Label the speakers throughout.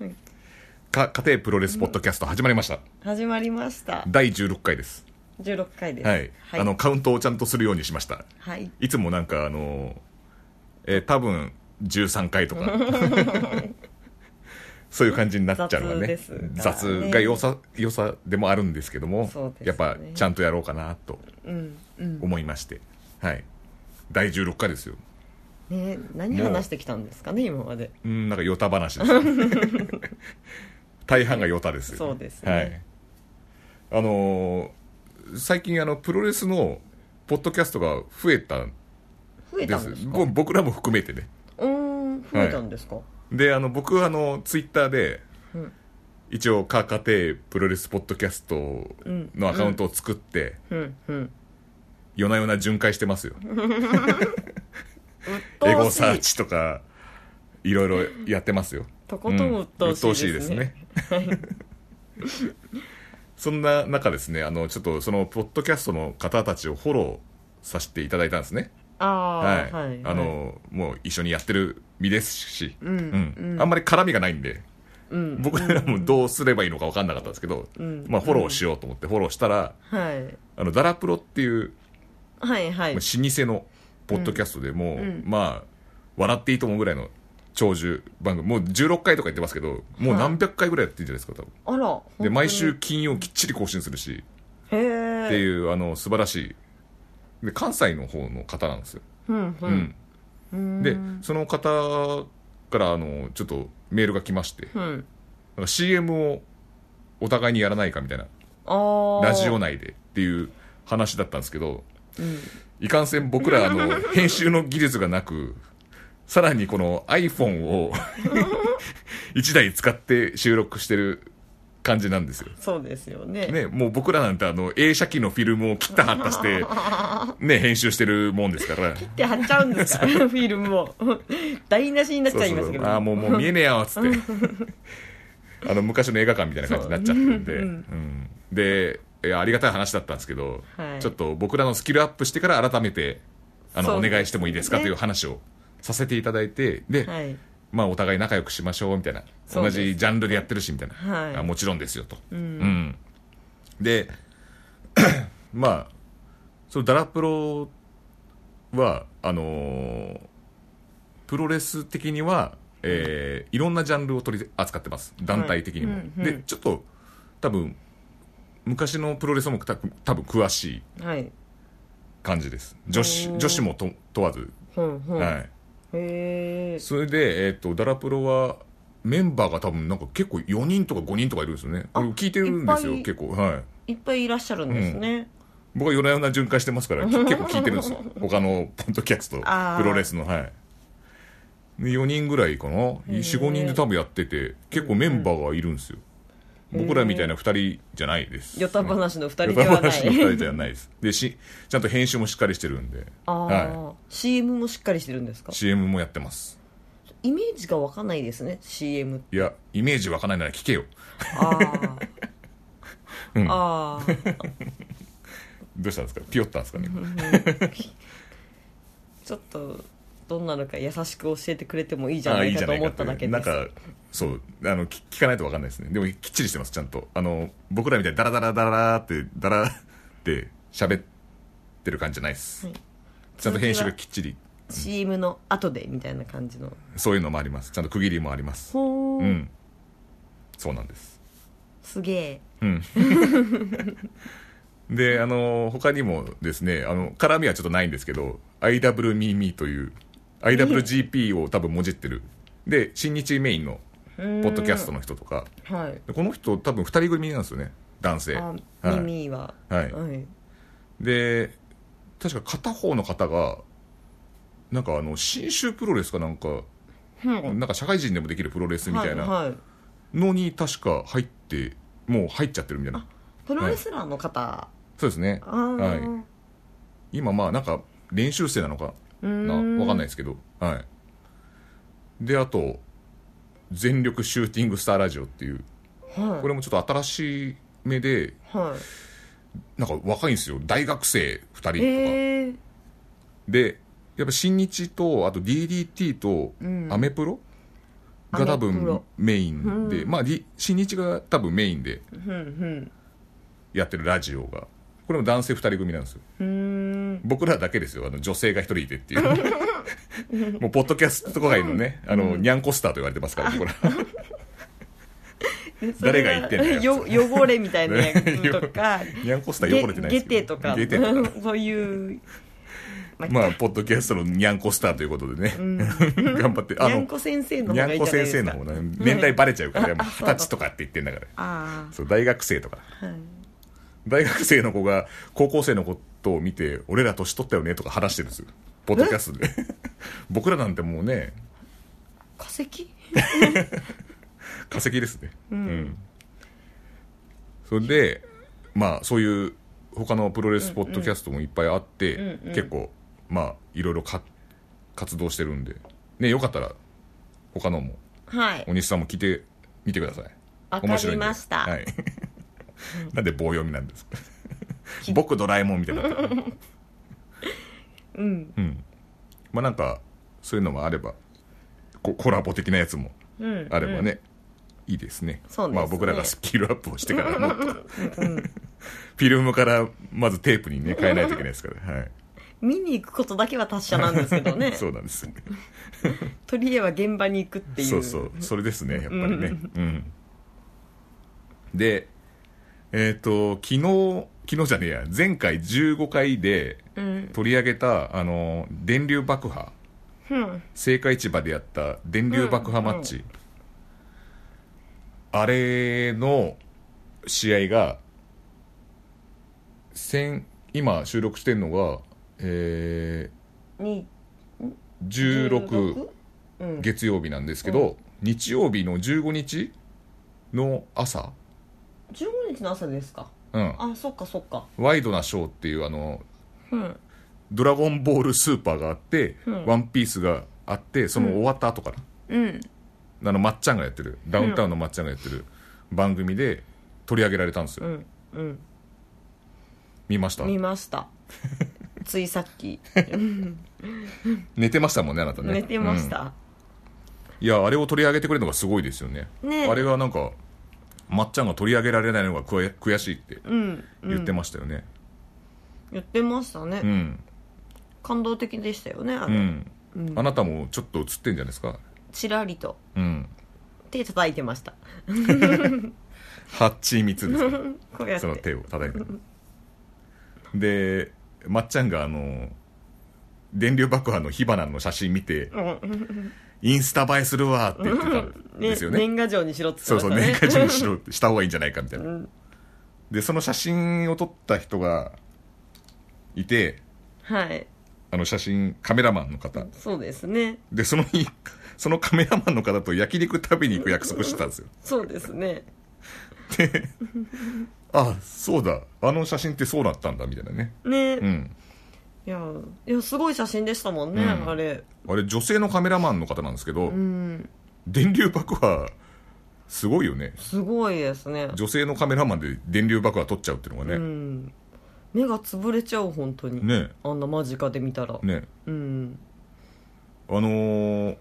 Speaker 1: はい
Speaker 2: か家庭プロレスポッドキャスト始まりました、
Speaker 1: 始まりました
Speaker 2: 第16回です
Speaker 1: 16回です
Speaker 2: はい、
Speaker 1: はい
Speaker 2: あのカウントをちゃんとするようにしました
Speaker 1: はい
Speaker 2: いつもなんかあのえー多分13回 とかそういう感じになっちゃうわ
Speaker 1: 雑
Speaker 2: ね
Speaker 1: ですからね
Speaker 2: が良さ良さでもあるんですけども、
Speaker 1: そうですね
Speaker 2: やっぱちゃんとやろうかなと
Speaker 1: うんうん
Speaker 2: 思いまして、はい第16回ですよ
Speaker 1: ね何話してきたんですかね今まで
Speaker 2: うんなんかヨタ話で すね大半がヨタですよ
Speaker 1: そうですね
Speaker 2: はいあのー最近あのプロレスのポッドキャストが増えたん
Speaker 1: 増え
Speaker 2: で
Speaker 1: たん
Speaker 2: す
Speaker 1: ですか
Speaker 2: ぼ僕らも含めてね
Speaker 1: うーん増えたんですか、
Speaker 2: であの僕はあのツイッターで、
Speaker 1: うん
Speaker 2: 一応カーカテープロレスポッドキャストのアカウントを作って、
Speaker 1: うんうん
Speaker 2: 夜な夜な巡回してますよ
Speaker 1: う
Speaker 2: エ
Speaker 1: っと
Speaker 2: ゴ
Speaker 1: うし
Speaker 2: サー
Speaker 1: い
Speaker 2: チとかいろいろやってますよ
Speaker 1: とことんうっとうしいですね,、
Speaker 2: うんうっ そんな中ですねあのちょっとそのポッドキャストの方たちをフォローさせていただいたんですねは
Speaker 1: あ
Speaker 2: い、
Speaker 1: あはい、はい、
Speaker 2: あのもう一緒にやってる身ですし、
Speaker 1: うんうん
Speaker 2: あんまり絡みがないんで
Speaker 1: うん
Speaker 2: 僕らもどうすればいいのか分かんなかったんですけど、
Speaker 1: うん
Speaker 2: まあ、フォローしようと思ってフォローしたら、
Speaker 1: はい
Speaker 2: あのダラプロっていう
Speaker 1: はいはい
Speaker 2: 老舗のポッドキャストでもう、
Speaker 1: ん
Speaker 2: まあ笑っていいと思うぐらいの長寿番組もう16回とか言ってますけどもう何百回ぐらいやってるんじゃないですか多分
Speaker 1: あら本当
Speaker 2: で
Speaker 1: に
Speaker 2: 毎週金曜きっちり更新するし
Speaker 1: へ
Speaker 2: って
Speaker 1: え
Speaker 2: いうあの素晴らしいで関西の方の方なんですよ、
Speaker 1: うんう
Speaker 2: うんん
Speaker 1: うん
Speaker 2: でその方からあのちょっとメールが来まして
Speaker 1: うん
Speaker 2: なんか CM をお互いにやらないかみたいな
Speaker 1: ああ
Speaker 2: ラジオ内でっていう話だったんですけど
Speaker 1: うん
Speaker 2: いかんせん僕らあの編集の技術がなくさらにこの iPhone を 1台使って収録してる感じなんですよ
Speaker 1: そうですよね
Speaker 2: ね、もう僕らなんてあの映写機のフィルムを切ったはったして、ね、編集してるもんですから
Speaker 1: って貼っちゃうん ですかフィルムを 台無しになっちゃいますけど
Speaker 2: ああもうもう見えねえよ っつってあの昔の映画館みたいな感じになっちゃってるんで、
Speaker 1: そう
Speaker 2: う
Speaker 1: うん
Speaker 2: んでいやありがたい話だったんですけど、
Speaker 1: はい
Speaker 2: ちょっと僕らのスキルアップしてから改めてあの
Speaker 1: そ
Speaker 2: お
Speaker 1: うですね
Speaker 2: 願いしてもいいですかという話をさせていただいてで、
Speaker 1: はい
Speaker 2: まあ、お互い仲良くしましょうみたいな
Speaker 1: そう
Speaker 2: 同
Speaker 1: です
Speaker 2: じジャンルでやってるしみたいな、
Speaker 1: はい
Speaker 2: あもちろんですよと、
Speaker 1: うん
Speaker 2: うんで まあそのダラプロはあのープロレス的には、えーいろんなジャンルを取り扱ってます団体的にも、
Speaker 1: はいうんうん
Speaker 2: でちょっと多分昔のプロレスもた多分詳しい
Speaker 1: はい
Speaker 2: 感じです女
Speaker 1: お
Speaker 2: 子
Speaker 1: ー
Speaker 2: 女子もと問わず、
Speaker 1: ほんほん、
Speaker 2: はい
Speaker 1: へえ
Speaker 2: それで、えっとダラプロはメンバーが多分なんか結構4人とか5人とかいるんですよね
Speaker 1: あ
Speaker 2: これ聞いてるんですよ
Speaker 1: いっぱ
Speaker 2: 結構はい
Speaker 1: いっぱいいらっしゃるんですね、
Speaker 2: 僕は夜な夜な巡回してます からき結構聞いてるんですよ他のポッドキャスト
Speaker 1: あー
Speaker 2: プロレスのはいで4人ぐらいかな45人で多分やってて結構メンバーがいるんですよ僕らみたいな2人じゃないです
Speaker 1: よた話の2人
Speaker 2: ヨ
Speaker 1: で
Speaker 2: タ
Speaker 1: はな
Speaker 2: 話の2人
Speaker 1: い
Speaker 2: ではないですでしちゃんと編集もしっかりしてるんで、
Speaker 1: ああ、
Speaker 2: は
Speaker 1: CM もしっかりしてるんですか
Speaker 2: い、CM もやってます
Speaker 1: イメージがわかんないですね CM
Speaker 2: いやイメージわかんないなら聞けよ
Speaker 1: ああ、ああ
Speaker 2: どうしたんですかピヨったんですかね
Speaker 1: ちょっとどんなのか優しく教えてくれてもいいじゃないかと
Speaker 2: ああいい
Speaker 1: 思
Speaker 2: じゃな
Speaker 1: っただ
Speaker 2: いかって
Speaker 1: け
Speaker 2: いうな
Speaker 1: で
Speaker 2: ん
Speaker 1: す
Speaker 2: かそうあのき聞かないと分かんないですねでもきっちりしてますちゃんとあの僕らみたいにダラダラダラーってダラーって喋ってる感じじゃないです、
Speaker 1: はい
Speaker 2: ちゃんと編集がきっちり
Speaker 1: CM の後でみたいな感じの
Speaker 2: そういうのもありますちゃんと区切りもあります
Speaker 1: ほー
Speaker 2: うんそうなんです
Speaker 1: すげえ
Speaker 2: うんであの他にもですねあの絡みはちょっとないんですけど IWMeMe という IWGP を多分もじってるで新日メインの
Speaker 1: ポ
Speaker 2: ポッドキャストの人とか、
Speaker 1: はい
Speaker 2: でこの人多分2人組なんですよね男性
Speaker 1: あ
Speaker 2: はい、
Speaker 1: 耳は
Speaker 2: はい
Speaker 1: はい
Speaker 2: で確か片方の方がなんかあの新州プロレスかなんか、なんか社会人でもできるプロレスみたいな
Speaker 1: はいはい
Speaker 2: のに確か入ってもう入っちゃってるみたいな
Speaker 1: プロレスラーの方
Speaker 2: そうですね
Speaker 1: あー
Speaker 2: は今まあなんか練習生なのか
Speaker 1: うー
Speaker 2: な分かんないですけどはいであと「全力シューティングスターラジオ」っていう
Speaker 1: はい
Speaker 2: これもちょっと新しい目で
Speaker 1: はい
Speaker 2: なんか若いんですよ大学生2人とか、
Speaker 1: えー
Speaker 2: でやっぱ新日とあと DDT と
Speaker 1: うん
Speaker 2: アメプロ、が多
Speaker 1: アメプ
Speaker 2: 分
Speaker 1: ロ
Speaker 2: メインで、
Speaker 1: うん
Speaker 2: まあり新日が多分メインで
Speaker 1: うん
Speaker 2: やってるラジオがこれも男性2人組なんですよ
Speaker 1: うんうーん
Speaker 2: 僕らだけですよあの女性が1人いてってい うもうポッドキャスト界のねあの、ニャンコスターと言われてますから僕ら
Speaker 1: でそ
Speaker 2: 誰が言ってんだよ
Speaker 1: よ汚れみたいなやつとか
Speaker 2: ニャンコスタ ー汚れてないで
Speaker 1: ゲ
Speaker 2: すけ
Speaker 1: テ
Speaker 2: ど
Speaker 1: とか
Speaker 2: ゲテとか
Speaker 1: そういう
Speaker 2: まあポッドキャストのニャンコスターということでね、
Speaker 1: ん
Speaker 2: 頑張って
Speaker 1: にゃんこ先生の方
Speaker 2: にゃ
Speaker 1: がい
Speaker 2: ん
Speaker 1: いじ
Speaker 2: こ
Speaker 1: ゃない
Speaker 2: 先
Speaker 1: です
Speaker 2: 生の
Speaker 1: か
Speaker 2: 方ね年代バレちゃうからもう二十歳とかって言ってんだから
Speaker 1: あ
Speaker 2: そう大学生とか
Speaker 1: あ、はい、
Speaker 2: 大学生の子が高校生のことを見て俺ら年取ったよねとか話してるんですよポッドキャストで 僕らなんてもうね
Speaker 1: 化石
Speaker 2: 化石ですねうん、それでまあそういう他のプロレスポッドキャストもいっぱいあって、
Speaker 1: うんうん
Speaker 2: 結構まあいろいろか活動してるんでねよかったら他のも
Speaker 1: はい
Speaker 2: 大西さんも聞いてみてください
Speaker 1: わか
Speaker 2: 面白い
Speaker 1: り
Speaker 2: んで
Speaker 1: ました、
Speaker 2: はい、 なんで棒読みなんですか僕ドラえもんみたいになってる
Speaker 1: うん
Speaker 2: うんまあなんかそういうのもあればこコラボ的なやつも
Speaker 1: うん
Speaker 2: あればね、いいですね
Speaker 1: そうですね
Speaker 2: まあ、僕らがスキルアップをしてからもっと フィルムからまずテープにね変えないといけないですから、はい
Speaker 1: 見に行くことだけは達者なんですけどね
Speaker 2: そうなんです
Speaker 1: とりあえず現場に行くっていう
Speaker 2: そうそうそれですねやっぱりねうん、でえっ、と昨日昨日じゃねえや前回15回で
Speaker 1: うん
Speaker 2: 取り上げたあの電流爆破
Speaker 1: うん
Speaker 2: 青果市場でやった電流爆破マッチ、あれの試合が先今収録してるのが、え
Speaker 1: に
Speaker 2: ー、16
Speaker 1: 16うん
Speaker 2: 月曜日なんですけど、日曜日の15日の朝、
Speaker 1: 15日の朝ですか
Speaker 2: うん、
Speaker 1: あそっかそっか
Speaker 2: ワイドなショーっていうあの
Speaker 1: うん
Speaker 2: ドラゴンボールスーパーがあって、
Speaker 1: うん
Speaker 2: ワンピースがあってその終わった後から、
Speaker 1: うん
Speaker 2: あのまっちゃんがやってるダウンタウンのまっちゃんがやってる番組で取り上げられたんですよ、
Speaker 1: うんうん
Speaker 2: 見ました
Speaker 1: 見ましたついさっき
Speaker 2: 寝てましたもんねあな たね
Speaker 1: 寝てまし
Speaker 2: うん
Speaker 1: た、
Speaker 2: いやあれを取り上げてくれるのがすごいですよね
Speaker 1: ね
Speaker 2: あれがなんかまっちゃんが取り上げられないのが悔や悔しいって
Speaker 1: うん、うん、
Speaker 2: 言ってましたよね
Speaker 1: 言ってましたね、
Speaker 2: うん
Speaker 1: 感動的でしたよねあ
Speaker 2: う
Speaker 1: れ、
Speaker 2: ん、あなたもちょっと映ってんじゃないですか
Speaker 1: ちらりと
Speaker 2: うん
Speaker 1: 手叩いてました
Speaker 2: ハッチーミツですか
Speaker 1: こうやっ
Speaker 2: その
Speaker 1: て
Speaker 2: 手を叩いてでまっちゃんがあの電流爆破の火花の写真見てインスタ映えするわって言ってたんですよね
Speaker 1: 年賀状にしろって
Speaker 2: そうそう、年
Speaker 1: ね
Speaker 2: 賀状にしろってした方がいいんじゃないかみたいな。
Speaker 1: うん
Speaker 2: で、その写真を撮った人がいて、
Speaker 1: はい
Speaker 2: あの写真、カメラマンの方。
Speaker 1: そうですね
Speaker 2: で、その日、そのカメラマンの方と焼肉食べに行く約束してたんですよ。
Speaker 1: そうですね
Speaker 2: あ、そうだ。あの写真ってそうだったんだ、みたいなね。
Speaker 1: ね、
Speaker 2: う
Speaker 1: い
Speaker 2: ん。
Speaker 1: やいやすごい写真でしたもんね、
Speaker 2: うん
Speaker 1: あれ
Speaker 2: あれ、女性のカメラマンの方なんですけ
Speaker 1: う
Speaker 2: ど、
Speaker 1: ん
Speaker 2: 電流爆破、すごいよね。
Speaker 1: すごいですね
Speaker 2: 女性のカメラマンで電流爆破撮っちゃうっていうのが
Speaker 1: う
Speaker 2: ね。
Speaker 1: ん目が潰れちゃう本当に
Speaker 2: ね
Speaker 1: あんな間近で見たら、
Speaker 2: ね
Speaker 1: うん
Speaker 2: あの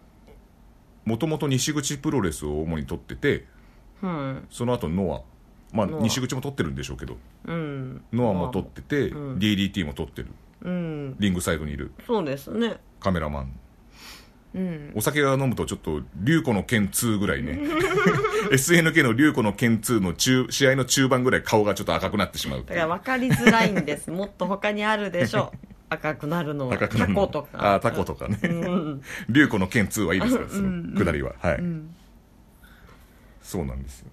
Speaker 2: もともと西口プロレスを主に撮ってて、
Speaker 1: は
Speaker 2: その後ノアまあ
Speaker 1: ノア
Speaker 2: 西口も取ってるんでしょうけど
Speaker 1: いうん
Speaker 2: ノアも取ってて、
Speaker 1: うん
Speaker 2: DDT も取ってる
Speaker 1: うん
Speaker 2: リングサイドにいる
Speaker 1: そうですね
Speaker 2: カメラマン
Speaker 1: うん
Speaker 2: お酒が飲むとちょっと龍子の剣2ぐらいね SNK の龍子の剣2の中試合の中盤ぐらい顔がちょっと赤くなってしまうって
Speaker 1: だか
Speaker 2: い
Speaker 1: ら
Speaker 2: う
Speaker 1: 分かりづらいんですもっと他にあるでし ょう赤くなるのは
Speaker 2: 赤くなる
Speaker 1: タコ
Speaker 2: の
Speaker 1: とか
Speaker 2: あータコとかね
Speaker 1: うん
Speaker 2: 龍子の剣2はいいですよそのくだりは、はい、
Speaker 1: うん
Speaker 2: そうなんですよ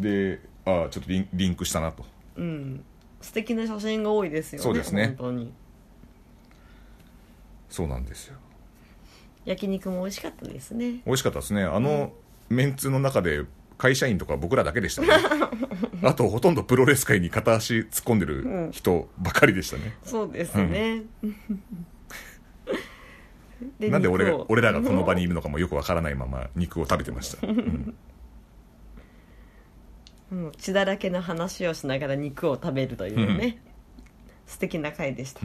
Speaker 2: でああちょっとリンリンクしたなと
Speaker 1: うん素敵な写真が多いですよね
Speaker 2: そうですね
Speaker 1: 本当に
Speaker 2: そうなんですよ
Speaker 1: 焼肉も美味しかったですね
Speaker 2: 美味しかったですねあのメンツの中で会社員とか僕らだけでし たねあとほとんどプロレス界に片足突っ込んでる人ばかりでしたね、
Speaker 1: そうですね、 で
Speaker 2: なんで俺
Speaker 1: 肉
Speaker 2: が
Speaker 1: を
Speaker 2: 俺らがこの場にいるのかもよくわからないまま肉を食べてました、うん
Speaker 1: うん血だらけの話をしながら肉を食べるというね、素敵な回でした、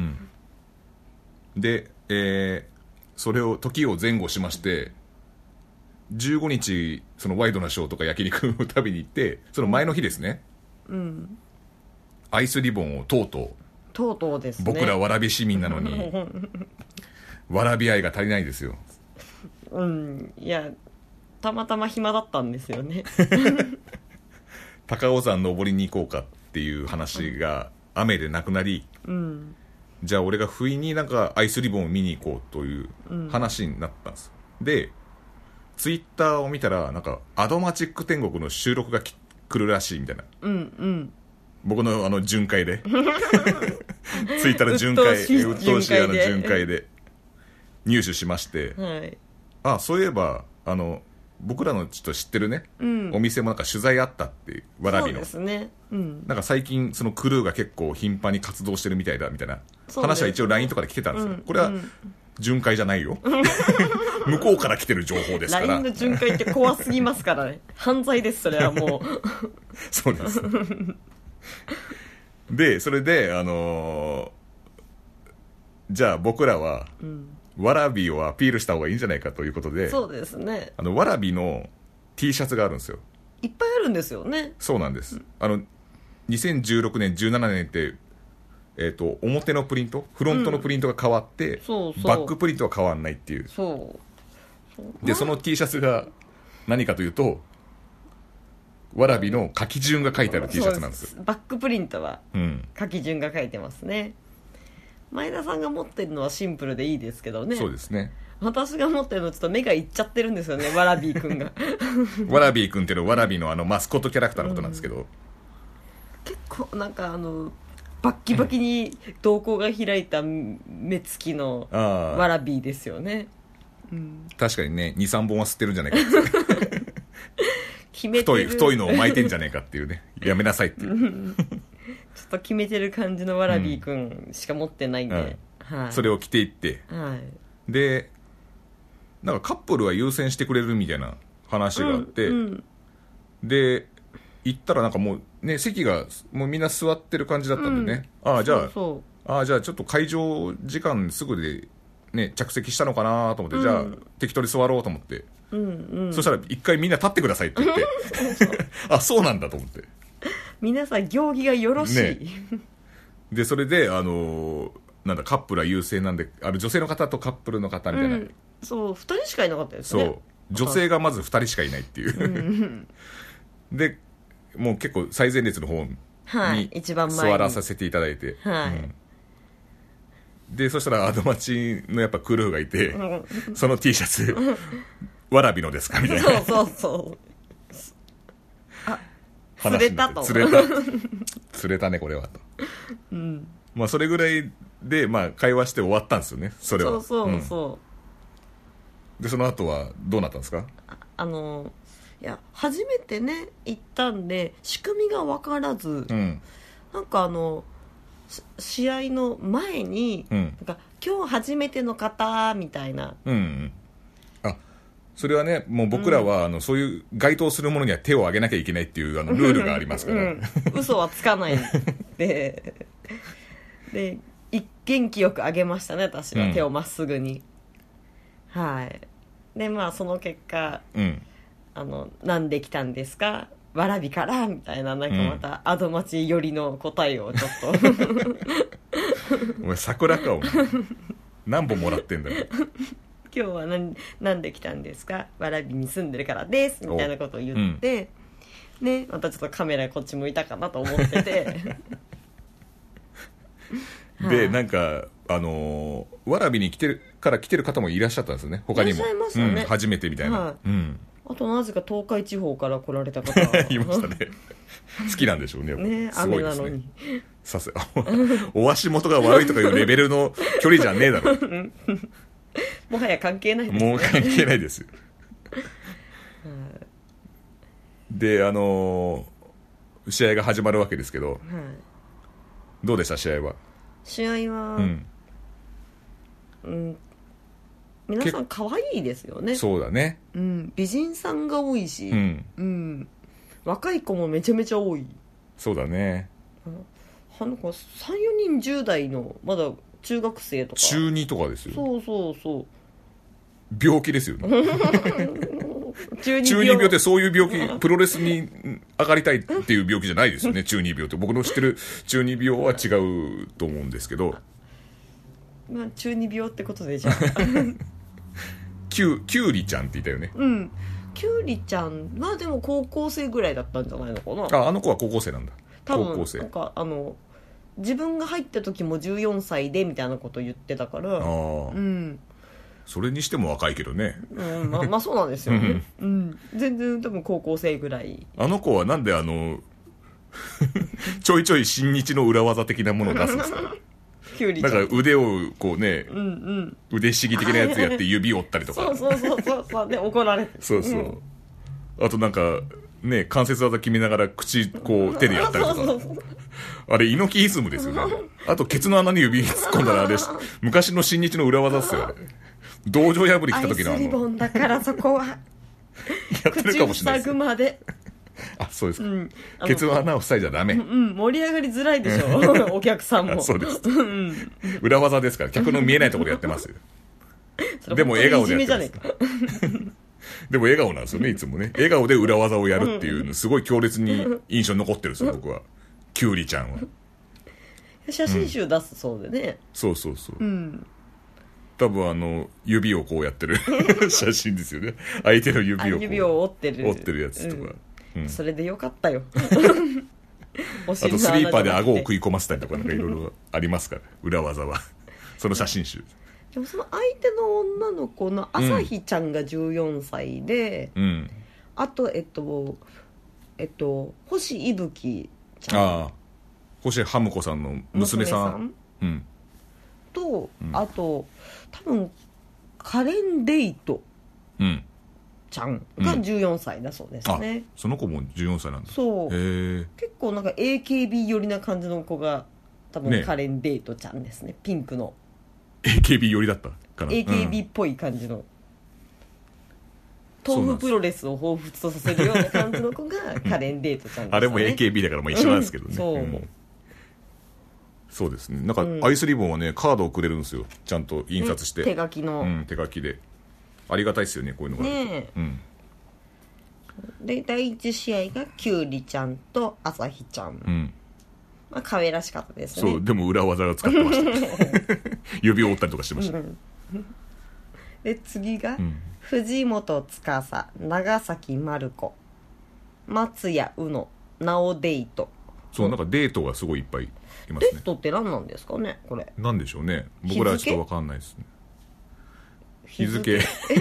Speaker 2: で、えーそれを時を前後しまして15日そのワイドなショーとか焼肉を食べに行ってその前の日ですね
Speaker 1: うん
Speaker 2: アイスリボンをとうと
Speaker 1: とうとうです
Speaker 2: う
Speaker 1: ね
Speaker 2: 僕らわらび市民なのに わらび愛が足りないですよ
Speaker 1: うんいやたまたま暇だったんですよ ね
Speaker 2: 高尾山登りに行こうかっていう話が雨でなくなり
Speaker 1: うん
Speaker 2: じゃあ俺が不意になんかアイスリボンを見に行こうという話になったんです、でツイッターを見たらなんかアドマチック天国の収録がき来るらしいみたいな
Speaker 1: うんうん
Speaker 2: 僕のあの巡 回でツイッターの巡
Speaker 1: うっと
Speaker 2: 回
Speaker 1: うしい
Speaker 2: うっとうしいあの巡
Speaker 1: 巡
Speaker 2: 回
Speaker 1: 回
Speaker 2: で入手しまして
Speaker 1: はい
Speaker 2: あそういえばあの僕らのちょっと知ってるね、
Speaker 1: うん
Speaker 2: お店もなんか取材あったっていうわらびの
Speaker 1: そうですねうん
Speaker 2: なんか最近そのクルーが結構頻繁に活動してるみたいだみたいな
Speaker 1: そうです
Speaker 2: 話は一応 LINE とかで来てたんですよ、
Speaker 1: うん
Speaker 2: これは
Speaker 1: うん
Speaker 2: 巡回じ ゃないよ向こうから来てる情報ですから
Speaker 1: LINE の巡回って怖すぎますからね 犯罪ですそれはも
Speaker 2: そうですでそれであのーじゃあ僕らは
Speaker 1: う、うん、
Speaker 2: わらびをアピールした方がいいんじゃないかということで
Speaker 1: そうですね
Speaker 2: あのわらびの T シャツがあるんですよ
Speaker 1: いっぱいあるんですよね
Speaker 2: そうなんです、あの2016年17年ってえっと表のプリントフロントのプリントが変わって、
Speaker 1: そうそう
Speaker 2: バックプリントは変わんないっていう
Speaker 1: そう
Speaker 2: でその T シャツが何かというとわらびの書き順が書いてある T シャツなんですよ
Speaker 1: そうバックプリントは
Speaker 2: うん
Speaker 1: 書き順が書いてますね前田さんが持ってるのはシンプルでいいですけどね
Speaker 2: そうですね
Speaker 1: 私が持ってるのちょっと目がいっちゃってるんですよ ねわらびーくんが
Speaker 2: わらびーくんっていうのはわらびのあのマスコットキャラクターのことなんですけど、
Speaker 1: 結構なんかあのバッキバキに瞳孔が開いた目つきの
Speaker 2: あ
Speaker 1: わ
Speaker 2: あ
Speaker 1: らびーですよねうん
Speaker 2: 確かにね23本は吸ってるんじ ゃないかって
Speaker 1: 決めて
Speaker 2: 太
Speaker 1: る
Speaker 2: い太いのを巻いてんじゃねえかってい うねやめなさいっていう
Speaker 1: ちょっと決めてる感じのわらびーくんしか持ってないんで、
Speaker 2: うん
Speaker 1: はい
Speaker 2: それを着ていって
Speaker 1: はい
Speaker 2: でなんかカップルは優先してくれるみたいな話があって、
Speaker 1: うんうん
Speaker 2: で行ったらなんかもうね席がもうみんな座ってる感じだったんでね、ああじゃあ
Speaker 1: そうそ
Speaker 2: ああじゃあちょっと会場時間すぐで、ね、着席したのかなと思って、じゃあ適当に座ろうと思って、
Speaker 1: ううんうん
Speaker 2: そしたら一回みんな立ってくださいって言って あそうなんだと思って
Speaker 1: 皆さん行儀がよろしい、
Speaker 2: でそれであのーなんだカップルは優勢なんであの女性の方とカップルの方みたいな、
Speaker 1: うん、そう2人しかいなかったです
Speaker 2: そう、
Speaker 1: ね
Speaker 2: 女性がまず2人しかいないっていう、でもう結構最前列の方に
Speaker 1: はい一番前に
Speaker 2: 座らさせていただいて、
Speaker 1: はい
Speaker 2: うんでそしたらアドマチのやっぱクルーがいて、
Speaker 1: ん
Speaker 2: その T シャツわらびのですかみたい
Speaker 1: そ
Speaker 2: な
Speaker 1: うそうそう
Speaker 2: 話 になって
Speaker 1: 釣
Speaker 2: 釣
Speaker 1: れ
Speaker 2: れた釣れたねこれはと、まあそれぐらいで、まあ、会話して終わったんですよねそれは
Speaker 1: そうそううんそう、
Speaker 2: でその後はどうなったんですか
Speaker 1: あのいや初めてね行ったんで仕組みが分からず、
Speaker 2: うん
Speaker 1: なんかあのし試合の前に、
Speaker 2: うん
Speaker 1: なんか今日初めての方みたいな
Speaker 2: うんうんあそれはねもう僕らは、あのそういう該当するものには手を挙げなきゃいけないっていうあのルールがありますか
Speaker 1: う
Speaker 2: ら、
Speaker 1: ん、嘘はつかない でで一元気よく上げましたね私は、
Speaker 2: うん
Speaker 1: 手をまっすぐにはいでまあその結果
Speaker 2: うん
Speaker 1: あの「なんで来たんですか?」「わらびから」みたいななんか
Speaker 2: うん
Speaker 1: またアドマチ寄りの答えをちょっ と
Speaker 2: お前桜かお前 何本もらってんだよ
Speaker 1: 今日は何なんで来たんですかわらびに住んでるからです」みたいなことを言って、ねまたちょっとカメラこっち向いたかなと思って ては
Speaker 2: で
Speaker 1: い
Speaker 2: なんかあのーわらびに来てるから来てる方もいらっしゃったんですよね他に
Speaker 1: い
Speaker 2: も
Speaker 1: らっしゃいましたね
Speaker 2: うん、初めてみたいな、
Speaker 1: は
Speaker 2: うん
Speaker 1: あとなぜか東海地方から来られた方が
Speaker 2: いましたね好きなんでしょうねやっぱ
Speaker 1: ね
Speaker 2: すご
Speaker 1: 雨
Speaker 2: いで
Speaker 1: な
Speaker 2: す
Speaker 1: の
Speaker 2: ね
Speaker 1: に
Speaker 2: さす お足元が悪いとかいうレベルの距離じゃねえだろ
Speaker 1: もはや関係ないです
Speaker 2: もう関係ないですよ であのー試合が始まるわけですけど
Speaker 1: はい、
Speaker 2: どうでした試合は、
Speaker 1: 試合は、
Speaker 2: うん、
Speaker 1: 皆さん可愛いですよね
Speaker 2: そうだね
Speaker 1: うん、美人さんが多いし、
Speaker 2: うん
Speaker 1: うん若い子もめちゃめちゃ多い
Speaker 2: そうだね
Speaker 1: あなんか34人10代のまだ中学生とか
Speaker 2: 中2とかですよ
Speaker 1: そうそうそう
Speaker 2: 病気ですよね
Speaker 1: 中二
Speaker 2: 中
Speaker 1: 病
Speaker 2: 二病ってそういう病気、プロレスにん上がりたいっていう病気じゃないですよ ね、中二病って。僕の知ってる中二病は違うと思うんですけど、
Speaker 1: まあ、中二病ってことで じゃあ
Speaker 2: キュキュウリちゃんっていたよね。
Speaker 1: うんキュウリちゃんはでも高校生ぐらいだったんじゃないのかな
Speaker 2: あ、あの子は高校生なんだ。
Speaker 1: 多
Speaker 2: 高校
Speaker 1: 分なん
Speaker 2: 生。
Speaker 1: かあの自分が入った時も14歳でみたいなこと言ってたから
Speaker 2: あ
Speaker 1: う
Speaker 2: あ、
Speaker 1: ん、
Speaker 2: それにしても若いけどね。
Speaker 1: うん、まあまあそうなんですよね、うん、全然多分高校生ぐらい
Speaker 2: あの子はなんであの、 ちょいちょい新日の裏技的なものを出すんですか
Speaker 1: キュウリちゃ
Speaker 2: だ
Speaker 1: ん
Speaker 2: から腕をこうね、
Speaker 1: うんうん
Speaker 2: 腕しぎ的なやつやって指折ったりとか。
Speaker 1: そうそうそうそうそうで怒られて
Speaker 2: そうそう。
Speaker 1: ん
Speaker 2: あとなんか、ね、関節技決めながら口、こう、手でやったり と
Speaker 1: そうそう
Speaker 2: か。
Speaker 1: そう
Speaker 2: あれ、猪木イズムですよね。あと、ケツの穴に指突っ込んだら、あれ、昔の新日の裏技っすよ、あれ。道場破り来
Speaker 1: ア
Speaker 2: た
Speaker 1: イ
Speaker 2: 時
Speaker 1: ス
Speaker 2: のあ
Speaker 1: リボ
Speaker 2: の、
Speaker 1: ンだからそこは
Speaker 2: やってる
Speaker 1: 口
Speaker 2: か
Speaker 1: を
Speaker 2: もしれない
Speaker 1: 塞
Speaker 2: です
Speaker 1: ぐ
Speaker 2: よ。
Speaker 1: まで
Speaker 2: あ、そうですか。
Speaker 1: うんあの
Speaker 2: ケツの穴を塞いじゃダメ。
Speaker 1: うん盛り上がりづらいでし ょお客さん
Speaker 2: あ
Speaker 1: も
Speaker 2: そうです
Speaker 1: うん
Speaker 2: 裏技ですから、客の見えないところでやってますよ。
Speaker 1: それ
Speaker 2: でも笑顔でやって
Speaker 1: 本
Speaker 2: ます
Speaker 1: 当にいじめじゃねえか
Speaker 2: でも笑顔なんですよね、いつもね。笑顔で裏技をやるっていうの、すごい強烈に印象に残ってるんですよ、僕は。キュウリちゃんは。
Speaker 1: 写真集出すそうでね
Speaker 2: そうそうそ
Speaker 1: う
Speaker 2: う。
Speaker 1: ん
Speaker 2: 多分あの、指をこう やってる写真ですよね。相手の指
Speaker 1: あ
Speaker 2: をこう
Speaker 1: 指を折ってる
Speaker 2: 折ってるやつとか。
Speaker 1: うんそれでよかった よお
Speaker 2: あ
Speaker 1: 尻
Speaker 2: と
Speaker 1: の
Speaker 2: スリーパーで顎を
Speaker 1: 穴じゃなくて
Speaker 2: 食い込ませたりとかなんかいろいろありますから、裏技は。その写真集。
Speaker 1: でもその相手の女の子の朝日ちゃんが14歳で、
Speaker 2: うん。
Speaker 1: あとえっとえっと星いぶきちゃん
Speaker 2: ああ。星ハムコさんの娘さん。うん。
Speaker 1: と、
Speaker 2: うん
Speaker 1: あと多分カレン・デイト
Speaker 2: うん。
Speaker 1: ちゃんが14歳だそうです
Speaker 2: あ
Speaker 1: ね、、
Speaker 2: その子も14歳なんだ。
Speaker 1: そ
Speaker 2: へ
Speaker 1: う
Speaker 2: え。
Speaker 1: 結構なんか AKB 寄りな感じの子が多
Speaker 2: ね
Speaker 1: 分カレン・デイトちゃんですねピンクの
Speaker 2: AKB 寄りだったかな。
Speaker 1: AKB っぽい感じの、
Speaker 2: そうなん
Speaker 1: 豆腐
Speaker 2: です
Speaker 1: プロレスを彷彿とさせるような感じの子がカレン・デートちゃんでした、ね、
Speaker 2: あれも AKB だからまあ一緒なんですけどね。
Speaker 1: うんそうん
Speaker 2: そうですね。なんか
Speaker 1: うん
Speaker 2: アイスリボンはね、カードをくれるんですよ。ちゃんと印刷して。
Speaker 1: 手書きの、
Speaker 2: うん、手書きで。ありがたいですよね、こういうのがあると。
Speaker 1: ね
Speaker 2: うん。
Speaker 1: で第1試合がキュウリちゃんとアサヒちゃん、
Speaker 2: うん。
Speaker 1: まあ可愛らしかったです
Speaker 2: そう、
Speaker 1: ね
Speaker 2: でも裏技が使ってました。 指を折ったりとかしてました。
Speaker 1: で次が、
Speaker 2: うん。
Speaker 1: 藤本司長崎丸子松谷宇野直デイト
Speaker 2: そう、なんかデートがすごいいっぱいいま
Speaker 1: デ
Speaker 2: す
Speaker 1: ー
Speaker 2: ね。
Speaker 1: トって何なんですかねこれ
Speaker 2: なんでしょうね。僕らはちょっとわかんないですね。日付、
Speaker 1: 日付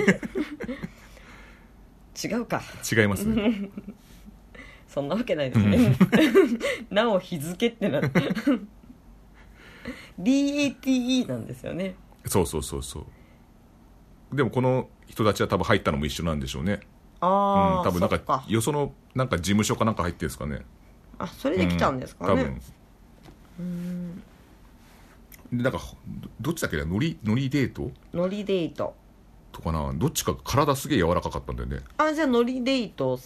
Speaker 1: 違うか
Speaker 2: 違いますね。
Speaker 1: そんなわけないですね。 なお日付って なる。DATE なんですよね。
Speaker 2: そうそうそうそう。でもこの人たちは多分入ったのも一緒なんでしょうね。
Speaker 1: ああ、
Speaker 2: うん、多分なん
Speaker 1: そ
Speaker 2: か
Speaker 1: っか。
Speaker 2: よそのなんか事務所かなんか入ってるんですかね
Speaker 1: あ、それで来たんですか
Speaker 2: う
Speaker 1: ね。
Speaker 2: 多分でなんかどどっちだっけなノリノリデート
Speaker 1: ノリデート。
Speaker 2: とかなどっちか体すげえ柔らかかったんだよね
Speaker 1: あ、じゃあノリデート。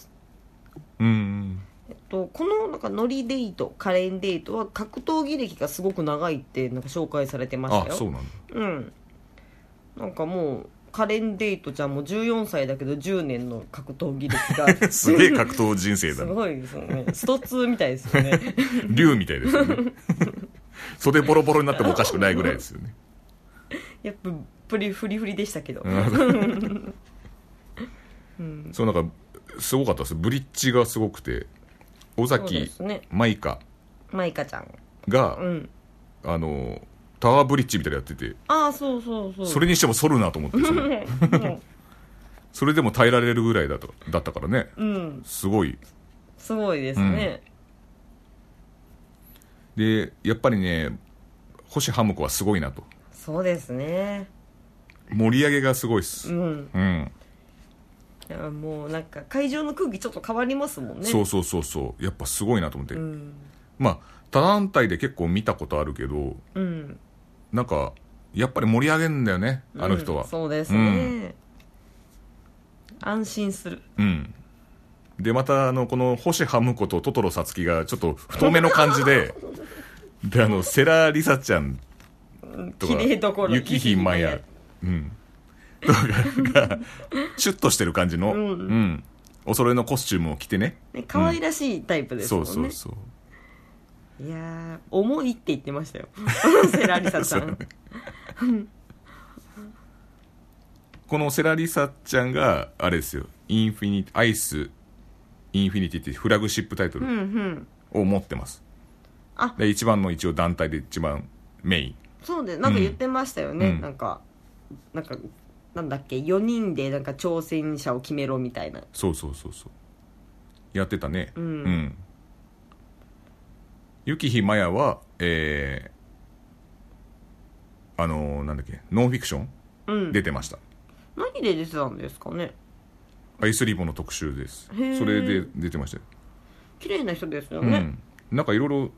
Speaker 2: うん
Speaker 1: えっと、このなんかノリデート、カレンデートは格闘技歴がすごく長いってなんか紹介されてまし
Speaker 2: あ
Speaker 1: た
Speaker 2: そう
Speaker 1: よ。
Speaker 2: なんだ
Speaker 1: うん。なんかもう、カレンデートちゃんも14歳だけど10年の格闘技歴が
Speaker 2: すげえ格闘人生だ
Speaker 1: す
Speaker 2: な
Speaker 1: ごいですよね。スト2みたいですよね。
Speaker 2: 竜みたいですよね袖ボロボロになってもおかしくないぐらいですよね
Speaker 1: やっぱプリフリフリでしたけど、
Speaker 2: そうなんかすごかったですブリッジがすごくて尾
Speaker 1: そうで
Speaker 2: 崎
Speaker 1: すね
Speaker 2: 舞香
Speaker 1: マイカちゃん
Speaker 2: が、
Speaker 1: うん
Speaker 2: あのタワーブリッジみたいなのやってて
Speaker 1: ああそうそうそう
Speaker 2: それにしても反るなと思ってそれそれでも耐えられるぐらいだとだったからね
Speaker 1: うん
Speaker 2: すごい
Speaker 1: すごいですね、
Speaker 2: でやっぱりね星ハムコはすごいなと
Speaker 1: そうですね
Speaker 2: 盛り上げがすごいっす
Speaker 1: うん
Speaker 2: うん、
Speaker 1: いやもうなんか会場の空気ちょっと変わりますもんね
Speaker 2: そうそうそうそうやっぱすごいなと思って、
Speaker 1: うん、
Speaker 2: まあ他団体で結構見たことあるけど
Speaker 1: うん、
Speaker 2: なんかやっぱり盛り上げんだよねあの人
Speaker 1: う
Speaker 2: は
Speaker 1: んそうですね、安心する
Speaker 2: うん、でまたあのこの星ハムコとトトロサツキがちょっと太めの感じで であのセラリサちゃんとか
Speaker 1: 綺麗どころ
Speaker 2: 雪ひまや、うん、 がシュッとしてる感じの、
Speaker 1: う
Speaker 2: うんんお揃いのコスチュームを着てね
Speaker 1: ね可愛らしいタイプです
Speaker 2: そ
Speaker 1: もん
Speaker 2: う
Speaker 1: ね、
Speaker 2: そうそう
Speaker 1: いやー重いって言ってました よセラリサさ
Speaker 2: そうんねこのセラリサちゃんがあれですよインフィニティアイスインフィニティっていうフラグシップタイトル
Speaker 1: うんうん
Speaker 2: を持ってます、
Speaker 1: あ
Speaker 2: で一番の一応団体で一番メイン
Speaker 1: そうでなんか言ってましたよね、
Speaker 2: うん
Speaker 1: なんかなんかなんだっけ4人でなんか挑戦者を決めろみたいな
Speaker 2: そうそうそうそうやってたね
Speaker 1: うん
Speaker 2: ゆきひまやはえー、あのーなんだっけノンフィクション、
Speaker 1: うん
Speaker 2: 出てました
Speaker 1: 何で出てたんですかね
Speaker 2: アイスリボンの特集です
Speaker 1: へー
Speaker 2: それで出てましたよ、
Speaker 1: 綺麗な人ですよ
Speaker 2: う
Speaker 1: ね、
Speaker 2: んなんかいろいろ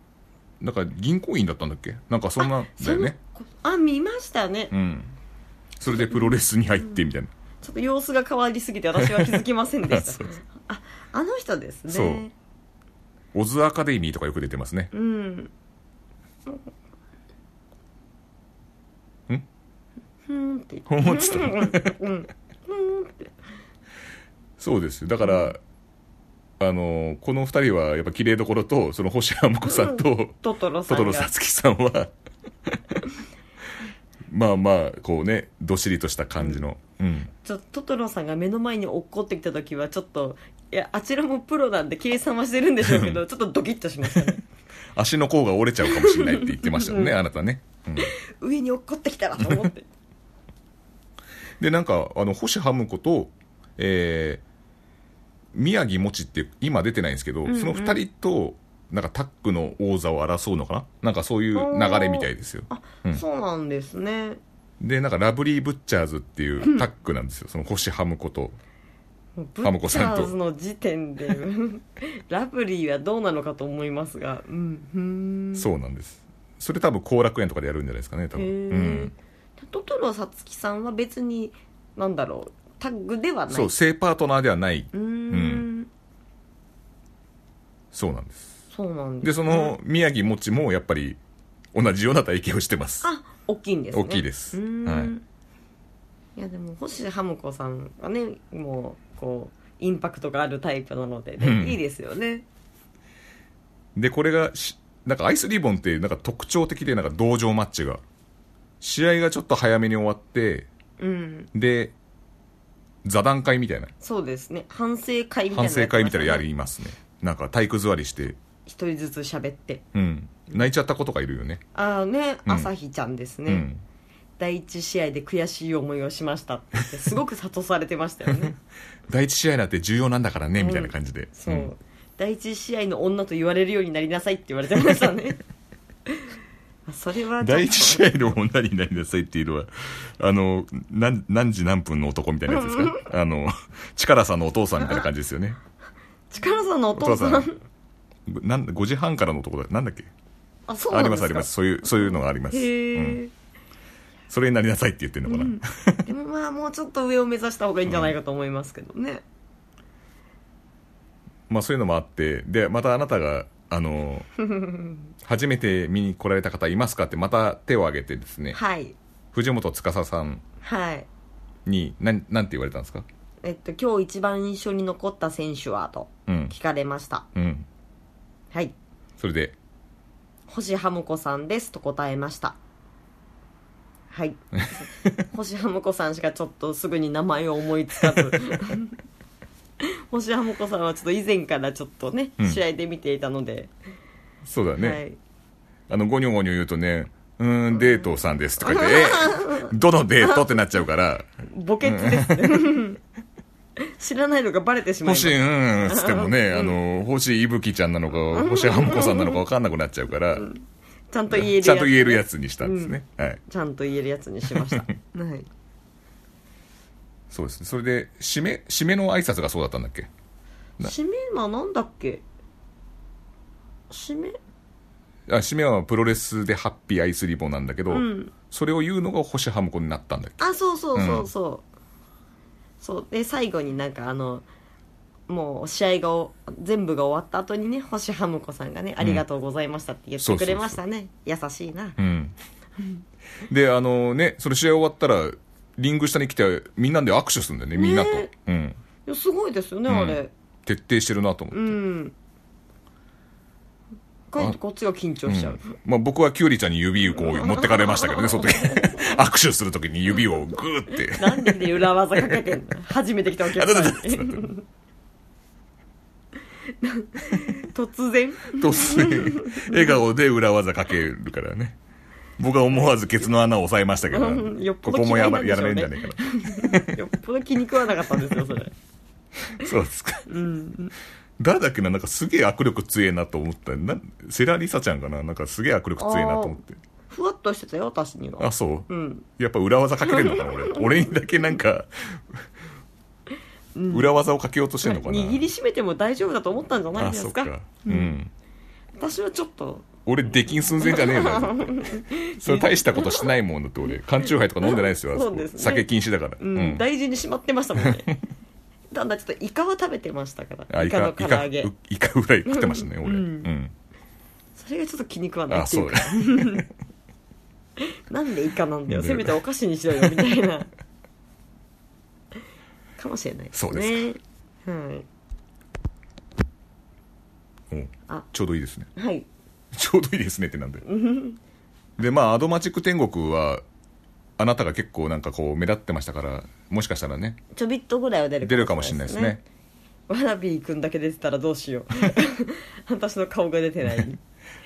Speaker 2: なんか銀行員だったんだっけなんかそんなんだ
Speaker 1: そ
Speaker 2: よ
Speaker 1: の
Speaker 2: ね
Speaker 1: 子あ見ましたね、
Speaker 2: うんそれでプロレスに入ってみたいな、
Speaker 1: ちょっと様子が変わりすぎて私は気づきませんでし
Speaker 2: そ
Speaker 1: た
Speaker 2: うそう
Speaker 1: ああの人ですね
Speaker 2: そうオズアカデミーとかよく出てますね
Speaker 1: うん。
Speaker 2: ん
Speaker 1: ふーんって。
Speaker 2: ほんまっつった
Speaker 1: うん。ふーんって。
Speaker 2: そうですよだから、あのこの二人はやっぱ綺麗どころとその星あむこさんと、
Speaker 1: トトロさ
Speaker 2: ト
Speaker 1: んが。
Speaker 2: トロさつきさんはまあまあこうねどっしりとした感じの、うん
Speaker 1: ちょトトロさんが目の前に落っこってきた時はちょっと、いや、あちらもプロなんで計算はしてるんでしょうけ ど、ちょっとドキッとしましたね。
Speaker 2: 足の甲が折れちゃうかもしれないって言ってましたもんねあなたね、うん
Speaker 1: 上に落っこってきたらと思って。
Speaker 2: でなんかあの星ハム子とえー宮城もちって今出てないんですけど、
Speaker 1: んうん
Speaker 2: その二人となんかタッグの王座を争うのかななんかそういう流れみたいですよ
Speaker 1: あ、
Speaker 2: うん
Speaker 1: そうなんですね。
Speaker 2: でなんかラブリー・ブッチャーズっていうタッグなんですよその星ハム子と
Speaker 1: もうブ
Speaker 2: ハムコ
Speaker 1: ッチ
Speaker 2: さ
Speaker 1: ャ
Speaker 2: んと
Speaker 1: ーズの時点で、うんラブリーはどうなのかと思いますが、うん、ふーん。
Speaker 2: そうなんですそれ多分後楽園とかでやるんじゃないですかね多分、
Speaker 1: へ
Speaker 2: うん
Speaker 1: え、トトロさつきさんは別になんだろうタッグではない
Speaker 2: そう正パートナーではない
Speaker 1: ーん
Speaker 2: んそうなんです
Speaker 1: そうなん
Speaker 2: で
Speaker 1: です
Speaker 2: そ
Speaker 1: ね、
Speaker 2: の宮城もちもやっぱり同じような体型をしてます
Speaker 1: あ大きいんですね
Speaker 2: 大きいです
Speaker 1: うーん、、
Speaker 2: はい
Speaker 1: やでも星ハム子さんがねもうこうインパクトがあるタイプなのでね、
Speaker 2: うん
Speaker 1: いいですよね
Speaker 2: でこれがしなんかアイスリボンってなんか特徴的でなんか同情マッチが試合がちょっと早めに終わって
Speaker 1: うん
Speaker 2: で座談会みたいな
Speaker 1: そうですね反省会みたいなの
Speaker 2: 反省会みたいなのや
Speaker 1: ってましたね
Speaker 2: りますねなんか体育座りして
Speaker 1: 一人ずつ喋って
Speaker 2: うん泣いちゃった子とかいるよね
Speaker 1: ああね
Speaker 2: うん
Speaker 1: 朝日ちゃんですね、
Speaker 2: うん
Speaker 1: 第一試合で悔しい思いをしましたって言ってすごく諭されてましたよね
Speaker 2: 第一試合なんて重要なんだからねみたいな感じで、
Speaker 1: そう、
Speaker 2: うん
Speaker 1: 第一試合の女と言われるようになりなさいって言われてました ねあそれはちょっと
Speaker 2: 第一試合の女になりなさいっていうのは、あの、なん何時何分の男みたいなやつですかあの、力さんのお父さんみたいな感じですよね。
Speaker 1: 力さんのお
Speaker 2: お
Speaker 1: 父
Speaker 2: 父
Speaker 1: さ
Speaker 2: さ
Speaker 1: ん
Speaker 2: ん。なん5時半からの男だ。なんだっけ
Speaker 1: あそう
Speaker 2: あ
Speaker 1: な
Speaker 2: り
Speaker 1: んで
Speaker 2: ますす
Speaker 1: か
Speaker 2: あります。そういう、そういうのがあります。
Speaker 1: へえ、
Speaker 2: うんそれになりなさいって言ってるのかな。
Speaker 1: でもまあもうちょっと上を目指した方がいいんじゃないかと思いますけどね、
Speaker 2: まあそういうのもあって、で、またあなたが、あの、初めて見に来られた方いますかってまた手を挙げてですね、
Speaker 1: はい
Speaker 2: 藤本司さん
Speaker 1: はい
Speaker 2: に、なん、なんて言われたんですか
Speaker 1: えっと今日一番印象に残った選手はと
Speaker 2: うん。
Speaker 1: 聞かれました
Speaker 2: うん。
Speaker 1: はい
Speaker 2: それで、
Speaker 1: 星ハム子さんですと答えましたはい 星ハム子さんしかちょっとすぐに名前を思いつか ず星ハム子さんはちょっと以前からちょっとね、
Speaker 2: うん
Speaker 1: 試合で見ていたので、
Speaker 2: そうだね。
Speaker 1: はい、
Speaker 2: あの、ゴニョゴニョ言うとね、うーん、デートさんですと か言って、えどのデートってなっちゃうから、
Speaker 1: 墓穴ですね 知らないのがバレてしまいま
Speaker 2: 星、う
Speaker 1: す
Speaker 2: ーん、つってもね、あの、星いぶきちゃんなのか、星はむこさんなのか分かんなくなっちゃうから、
Speaker 1: ちゃんと言えるやつ
Speaker 2: ちゃんと言えるやつにしたんですね。はい。
Speaker 1: ちゃんと言えるやつにしま したはい
Speaker 2: そうですね。それで、締め、締めの挨拶がそうだったんだっけな
Speaker 1: 締めはなんだっけ締め
Speaker 2: あ締めはプロレスでハッピーアイスリボンなんだけど、
Speaker 1: ん
Speaker 2: それを言うのが星はむこになったんだっけ
Speaker 1: あそうそうそうそう、そうで最後になんかあのもう試合がお全部が終わった後にね星ハム子さんがね、ありがとうございました」って言ってくれましたね優しいな
Speaker 2: うん。で、あのね、それ試合終わったら、リング下に来てみんなで握手するんだよねみんなと、
Speaker 1: ね
Speaker 2: うん、
Speaker 1: いやすごいですよね、あれ
Speaker 2: 徹底してるなと思って、
Speaker 1: うんかえってこっちが緊張しちゃう、
Speaker 2: まあ、僕はキュウリちゃんに指をこう持ってかれましたけどねその時 握手する時に指をグー って
Speaker 1: なんでね裏技かけてんの 初めて来たお客さんに突然
Speaker 2: 突然笑顔で裏技かけるからね僕は思わずケツの穴を押さえましたけど、
Speaker 1: うんよっぽ
Speaker 2: こ
Speaker 1: ど
Speaker 2: こもやば
Speaker 1: 嫌
Speaker 2: や
Speaker 1: い
Speaker 2: ら
Speaker 1: な
Speaker 2: れ
Speaker 1: んでし
Speaker 2: んじ
Speaker 1: ょ
Speaker 2: ゃ
Speaker 1: うね
Speaker 2: ねえか
Speaker 1: よっぽど気に食わなかったんですよそ れ
Speaker 2: なそうですか
Speaker 1: うん
Speaker 2: 誰だっけななんかすげえ握力強えなと思ったなんセラリサちゃんかななんかすげえ握力強えなと思って
Speaker 1: ふわっとしてたよ私に
Speaker 2: あ
Speaker 1: は
Speaker 2: そう、
Speaker 1: うん
Speaker 2: やっぱ裏技かけれるのかな俺俺にだけなんか裏技をかけようとしてるのかな、
Speaker 1: 握りしめても大丈夫だと思ったんじゃない
Speaker 2: あ
Speaker 1: です
Speaker 2: そっ
Speaker 1: か
Speaker 2: かうん、
Speaker 1: 私はちょっと
Speaker 2: 俺出禁寸前じゃねえな だってそれ大したことしてないもんだって俺缶チューハイとか飲んでないですよあこ
Speaker 1: そうですね
Speaker 2: 酒禁止だから、
Speaker 1: うん
Speaker 2: うん
Speaker 1: 大事にしまってましたもん ねただちょっとイカは食べてましたから
Speaker 2: あ
Speaker 1: イ
Speaker 2: イ
Speaker 1: カ
Speaker 2: カ
Speaker 1: の
Speaker 2: イ
Speaker 1: 唐
Speaker 2: カ
Speaker 1: 揚げ
Speaker 2: うイカぐらい食ってましたね
Speaker 1: う
Speaker 2: 俺うんん、
Speaker 1: それがちょっと気に食わない
Speaker 2: あ
Speaker 1: ってい
Speaker 2: そうう
Speaker 1: か
Speaker 2: だ
Speaker 1: なんでイカなんだよ
Speaker 2: ね
Speaker 1: せめてお菓子にしろよみたい なかもしれないですね
Speaker 2: そうで
Speaker 1: はい
Speaker 2: うん
Speaker 1: あ
Speaker 2: ちょうどいいですね
Speaker 1: はい
Speaker 2: ちょうどいいですねってなんででまあアドマチック天国はあなたが結構なんかこう目立ってましたからもしかしたらね
Speaker 1: ちょびっとぐらいは出る
Speaker 2: 出るかもしれないですね
Speaker 1: わらびーくんだけ出てたらどうしよ う私の顔が出てない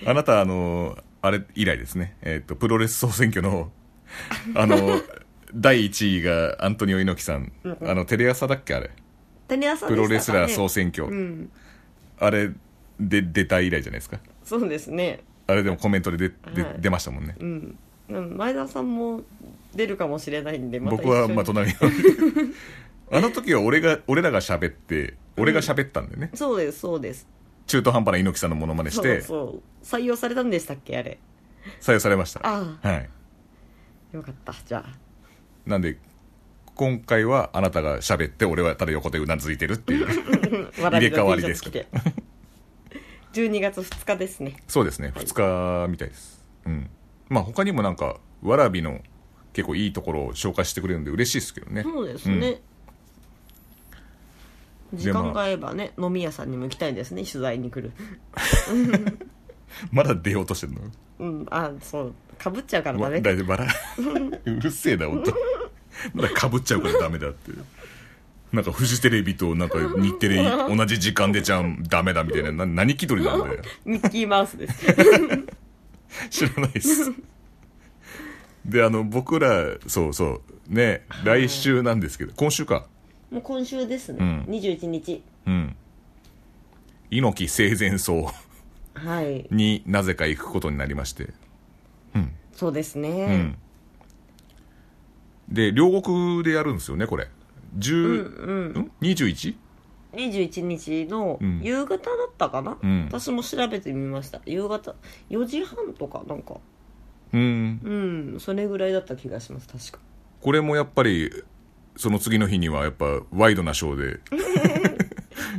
Speaker 2: あなたあのあれ以来ですねえっ、とプロレス総選挙のあの第1位がアントニオ猪木さん、あのテレ朝だっけあれ
Speaker 1: テレ朝で
Speaker 2: プロ
Speaker 1: し
Speaker 2: レ
Speaker 1: た
Speaker 2: ス
Speaker 1: から
Speaker 2: ラ
Speaker 1: ね
Speaker 2: ー総選挙、
Speaker 1: うん
Speaker 2: あれで出た以来じゃないですか
Speaker 1: そうですね
Speaker 2: あれでもコメントで出で
Speaker 1: はい
Speaker 2: 出ましたもんね
Speaker 1: うんうん前田さんも出るかもしれないんでまた一
Speaker 2: 僕
Speaker 1: 緒に
Speaker 2: はまあ隣の あの時は俺が俺らが喋って俺が喋ったんでね、
Speaker 1: そうですそうです
Speaker 2: 中途半端な猪木さんのモノマネし
Speaker 1: そう
Speaker 2: て
Speaker 1: そう採用されたんでしたっけあれ
Speaker 2: 採用されました
Speaker 1: あ
Speaker 2: はい
Speaker 1: よかったじゃあ
Speaker 2: なんで今回はあなたが喋って俺はただ横でうなずいてるっていう
Speaker 1: わらび
Speaker 2: 入れ替
Speaker 1: の
Speaker 2: わ
Speaker 1: T シャ
Speaker 2: りで
Speaker 1: ツ
Speaker 2: す
Speaker 1: 着
Speaker 2: け
Speaker 1: て12月2日ですね
Speaker 2: そうですね2日みたいですうんまあ他にもなんかわらびの結構いいところを紹介してくれるんで嬉しいですけどね
Speaker 1: そうですね、時
Speaker 2: でまあ
Speaker 1: 間が合えばね飲み屋さんにも行きたいですね取材に来る
Speaker 2: まだ出ようとしてるの
Speaker 1: うんあそうかぶっちゃうからダメ
Speaker 2: わ
Speaker 1: か
Speaker 2: 大丈夫バラ うるせえな本当まだかぶっちゃうからダメだってなんかフジテレビとなんか日テレ同じ時間出ちゃダメだみたいなな何気取りなんだよ
Speaker 1: ミッキーマウスです
Speaker 2: 知らないっすであの僕らそうそうね来週なんですけど今週か
Speaker 1: もう今週ですね、
Speaker 2: ん
Speaker 1: 21日
Speaker 2: うん猪木生前葬
Speaker 1: はい
Speaker 2: になぜか行くことになりまして
Speaker 1: そうです
Speaker 2: う
Speaker 1: ね
Speaker 2: んで両国でやるんですよねこれ10、ん 21?
Speaker 1: 21日の
Speaker 2: ん
Speaker 1: 夕方だったかな、
Speaker 2: うん
Speaker 1: 私も調べてみました夕方4時半とかなんか
Speaker 2: うん
Speaker 1: うんそれぐらいだった気がします確か
Speaker 2: これもやっぱりその次の日にはやっぱワイドなショー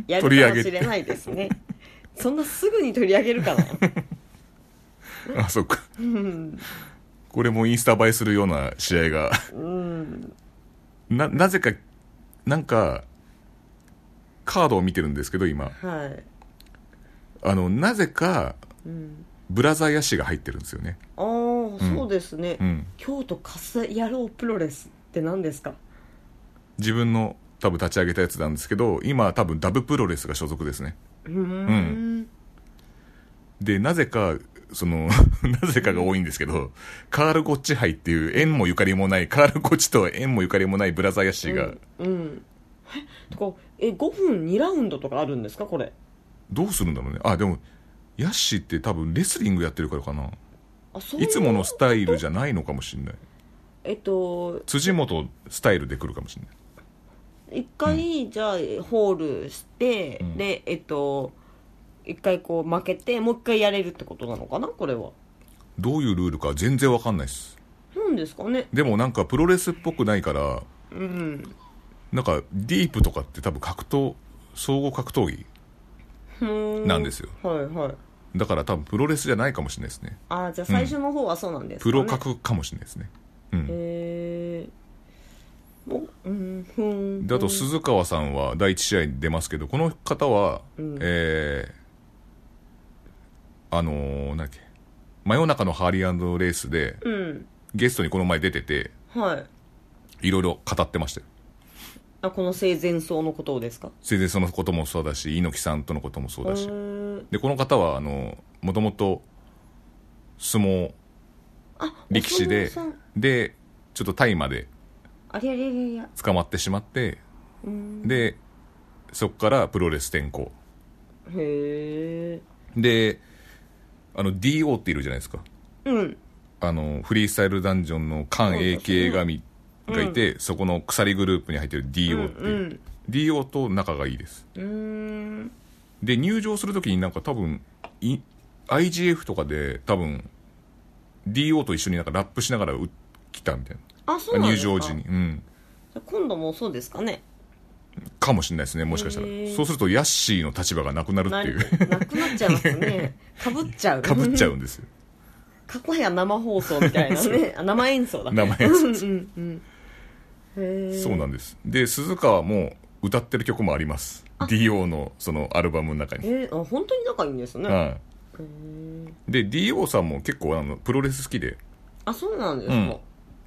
Speaker 2: で
Speaker 1: や
Speaker 2: 取り
Speaker 1: るか
Speaker 2: 上
Speaker 1: も
Speaker 2: げ
Speaker 1: してれないですねそんなすぐに取り上げるかな
Speaker 2: あそっかこれもインスタ映えするような試合が ななぜかなんかカードを見てるんですけど今
Speaker 1: はい
Speaker 2: あのなぜかブラザーヤシが入ってるんですよね
Speaker 1: ああ、そうですね、
Speaker 2: うん
Speaker 1: 京都カス野郎プロレスって何ですか
Speaker 2: 自分の多分立ち上げたやつなんですけど今多分ダブプロレスが所属ですね
Speaker 1: うーん
Speaker 2: でなぜかその なぜかが多いんですけどカール・ゴッチ杯っていう縁もゆかりもないカール・ゴッチとは縁もゆかりもないブラザー・ヤッシーが、
Speaker 1: うんえとかえ5分2ラウンドとかあるんですかこれ
Speaker 2: どうするんだろうねあでもヤッシーって多分レスリングやってるからかな
Speaker 1: あそう
Speaker 2: いつものスタイルじゃないのかもしれない
Speaker 1: えっと
Speaker 2: 辻元スタイルで来るかもしれない
Speaker 1: 一回じゃあホールして、
Speaker 2: ん
Speaker 1: でえっと一回こう負けてもう一回やれるってことなのかなこれは
Speaker 2: どういうルールか全然わかんないです
Speaker 1: なんですかね
Speaker 2: でもなんかプロレスっぽくないから
Speaker 1: うん
Speaker 2: なんかディープとかって多分格闘総合格闘技
Speaker 1: な
Speaker 2: なんですよ
Speaker 1: はいはい
Speaker 2: だから多分プロレスじゃないかもしれないですね
Speaker 1: ああじゃあ最初の方はそうなんですか、
Speaker 2: プ
Speaker 1: ね
Speaker 2: ロ格かもしれないですねうん
Speaker 1: へえんふん
Speaker 2: であと鈴川さんは第1試合に出ますけどこの方は、えーあのーなんだっけ真夜中のハーリーレースで
Speaker 1: うん
Speaker 2: ゲストにこの前出てて
Speaker 1: はい
Speaker 2: いろいろ語ってましたよ
Speaker 1: あこの生前葬のことをですか
Speaker 2: 生前そのこともそうだし猪木さんとのこともそうだし
Speaker 1: うーん
Speaker 2: でこの方はあのもともと相撲
Speaker 1: あ
Speaker 2: 力士
Speaker 1: お
Speaker 2: で
Speaker 1: 相撲さん
Speaker 2: でちょっと大麻で
Speaker 1: ありゃりゃりゃりゃ
Speaker 2: 捕まってしまって
Speaker 1: うーん
Speaker 2: でそこからプロレス転向
Speaker 1: へえ
Speaker 2: であの DO っているじゃないですか
Speaker 1: うん
Speaker 2: あのフリースタイルダンジョンの菅
Speaker 1: そうです
Speaker 2: AK
Speaker 1: ね
Speaker 2: 神がいて、そこの鎖グループに入ってる DO ってい
Speaker 1: うん
Speaker 2: う、
Speaker 1: うん
Speaker 2: DO と仲がいいです
Speaker 1: うーん
Speaker 2: で入場するときになんか多分い IGF とかで多分 DO と一緒になんかラップしながらう来たみたい
Speaker 1: あそう
Speaker 2: な
Speaker 1: なん
Speaker 2: 入
Speaker 1: ですか
Speaker 2: 場時にうん
Speaker 1: じゃあ今度もそうですかね
Speaker 2: かもしれないですねもしかしたら
Speaker 1: へー
Speaker 2: そうするとヤッシーの立場がなくなる
Speaker 1: な
Speaker 2: って
Speaker 1: る
Speaker 2: いう
Speaker 1: なくなっちゃいます ねかぶっちゃう
Speaker 2: かぶっちゃうんですよ
Speaker 1: 過去や生放送みたい なねあ生演奏だ
Speaker 2: 生演奏
Speaker 1: 奏うんうんうんへえ
Speaker 2: そうなんですで鈴川も歌ってる曲もあります DO のそのアルバムの中に、
Speaker 1: えー、あ本当に仲いいんですね、
Speaker 2: は
Speaker 1: へえ
Speaker 2: い、で DO さんも結構あのプロレス好きで
Speaker 1: あそうなんですか、
Speaker 2: うん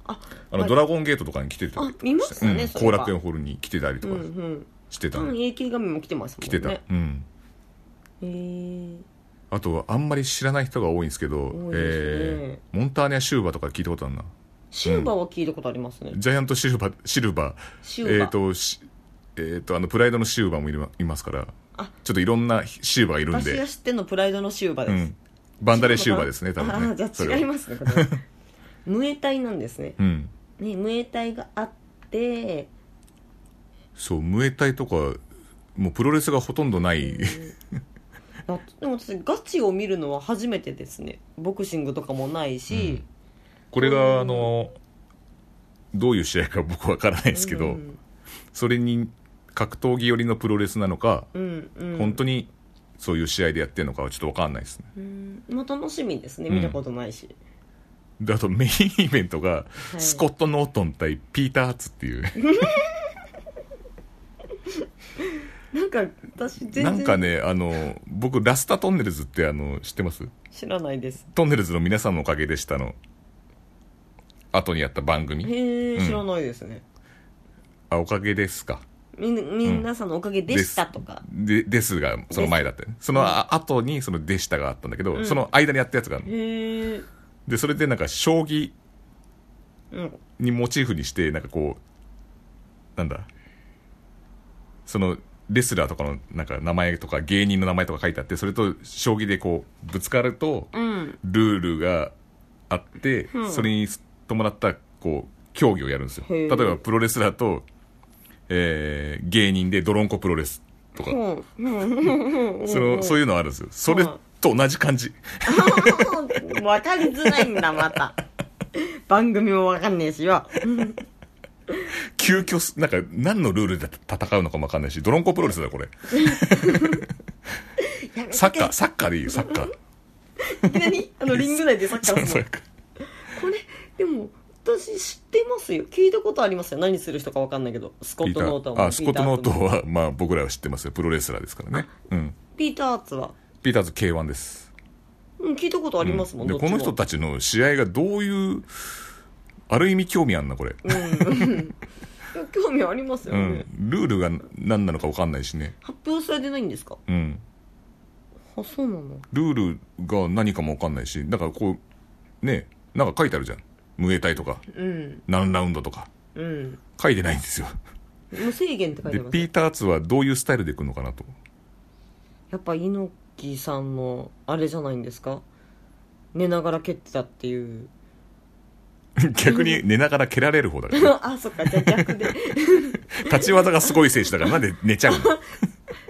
Speaker 1: あ
Speaker 2: あの、
Speaker 1: はい
Speaker 2: ドラゴンゲートとかに来てたり
Speaker 1: あ見ましたね
Speaker 2: うん
Speaker 1: そういえ
Speaker 2: 後
Speaker 1: ば
Speaker 2: 楽園ホールに来てたりと
Speaker 1: うん
Speaker 2: か
Speaker 1: うん
Speaker 2: してた、
Speaker 1: 多分 AK 画面も来てますもんね
Speaker 2: 来てた、
Speaker 1: へ
Speaker 2: うん
Speaker 1: え
Speaker 2: あとあんまり知らない人が多いんですけど
Speaker 1: 多いですね
Speaker 2: えーモンターニャ・シューバとか聞いたことあるな
Speaker 1: シルバーは聞いたことありますね、
Speaker 2: ジャイアントシルバシルバ
Speaker 1: シルバ
Speaker 2: えっ、としえー、とあのプライドのシルバーもいるいますから
Speaker 1: あ
Speaker 2: ちょっといろんなシルバーがいるん
Speaker 1: 私が
Speaker 2: で、
Speaker 1: 知ってんのプライドのシューバ
Speaker 2: う
Speaker 1: です、
Speaker 2: ん、バンダレシルバーですね多
Speaker 1: あ
Speaker 2: 分
Speaker 1: あ
Speaker 2: ね
Speaker 1: じゃ
Speaker 2: それ
Speaker 1: あ
Speaker 2: は
Speaker 1: 違いますねこ れはムエタイなんですね
Speaker 2: うん
Speaker 1: ねムエタイがあって
Speaker 2: そうムエタイとかもうプロレスがほとんどない、
Speaker 1: あでも私ガチを見るのは初めてですねボクシングとかもないし、
Speaker 2: これがあのどういう試合か僕わからないですけど、
Speaker 1: うん
Speaker 2: それに格闘技寄りのプロレスなのか、
Speaker 1: うんうん
Speaker 2: 本当にそういう試合でやってるのかはちょっとわかんないですね
Speaker 1: うんまあ楽しみですね
Speaker 2: うん
Speaker 1: 見たことないし、
Speaker 2: であとメインイベントが、
Speaker 1: い
Speaker 2: スコット・ノートン対ピーター・ハツっていう
Speaker 1: なんか私全然
Speaker 2: なんかねあの僕ラスタトンネルズってあの知ってます
Speaker 1: 知らないです
Speaker 2: トンネルズの皆さんのおかげでしたの後にやった番組
Speaker 1: へえ
Speaker 2: うん
Speaker 1: 知らないですね、
Speaker 2: あおかげですか
Speaker 1: みんみんなさんのおかげでしたとか、
Speaker 2: でですがその前だったよねそのあ後にそのでしたがあったんだけど、その間にやったやつがあるの
Speaker 1: へえ
Speaker 2: でそれでなんか将棋
Speaker 1: うん
Speaker 2: にモチーフにしてなんかこうなんだそのレスラーとかのなんか名前とか芸人の名前とか書いてあってそれと将棋でこうぶつかると
Speaker 1: うん
Speaker 2: ルールがあって、
Speaker 1: うん
Speaker 2: それに伴ったこう競技をやるんですよ
Speaker 1: へ
Speaker 2: 例え
Speaker 1: ー
Speaker 2: ばプロレスラーと、えー芸人でドロンコプロレスとか、
Speaker 1: うん
Speaker 2: そのそういうのあるんですよそれと同じ感じ、
Speaker 1: わかりづらいんだま た番組もわかんねえしよ
Speaker 2: 急遽すなんか何のルールで戦うのかもわかんないしドロンコプロレスだよこれ
Speaker 1: やめとけ
Speaker 2: サッカーサッカーでいいよサッカー
Speaker 1: いきなり あのリング内でサッカ
Speaker 2: そう
Speaker 1: ーす
Speaker 2: そう
Speaker 1: るこれでも私知ってますよ聞いたことありますよ何する人かわかんないけどスコ
Speaker 2: ピ
Speaker 1: ッ
Speaker 2: ータ
Speaker 1: ト・
Speaker 2: ー
Speaker 1: ノートンも
Speaker 2: あスコット・ノート
Speaker 1: ピーターズも
Speaker 2: は、まあ、僕らは知ってますよプロレスラーですからね、うん、
Speaker 1: ピーター・アーツは、
Speaker 2: ピーターズ K1 です
Speaker 1: うん、聞いたことありますもん、
Speaker 2: で
Speaker 1: どっち
Speaker 2: こ
Speaker 1: も
Speaker 2: の人たちの試合がどういうある意味興味あんなこれ、う
Speaker 1: いや興味ありますよね、
Speaker 2: ん、ルールが何なのか分かんないしね、
Speaker 1: 発表されてないんですか
Speaker 2: うん、
Speaker 1: あそうなの
Speaker 2: ルールが何かも分かんないしだからこうねなんか書いてあるじゃん無エタイとか
Speaker 1: うん
Speaker 2: 何ラウンドとか
Speaker 1: うん
Speaker 2: 書いてないんですよ
Speaker 1: 無制限って書い
Speaker 2: で
Speaker 1: てます
Speaker 2: ピーターズはどういうスタイルでいくのかなと
Speaker 1: やっぱ猪木さんのあれじゃないんですか寝ながら蹴ってたっていう
Speaker 2: 逆に寝ながら蹴られる方だからね
Speaker 1: あそっかじゃあ逆で
Speaker 2: 立ち技がすごい選手だからなんで寝ちゃうの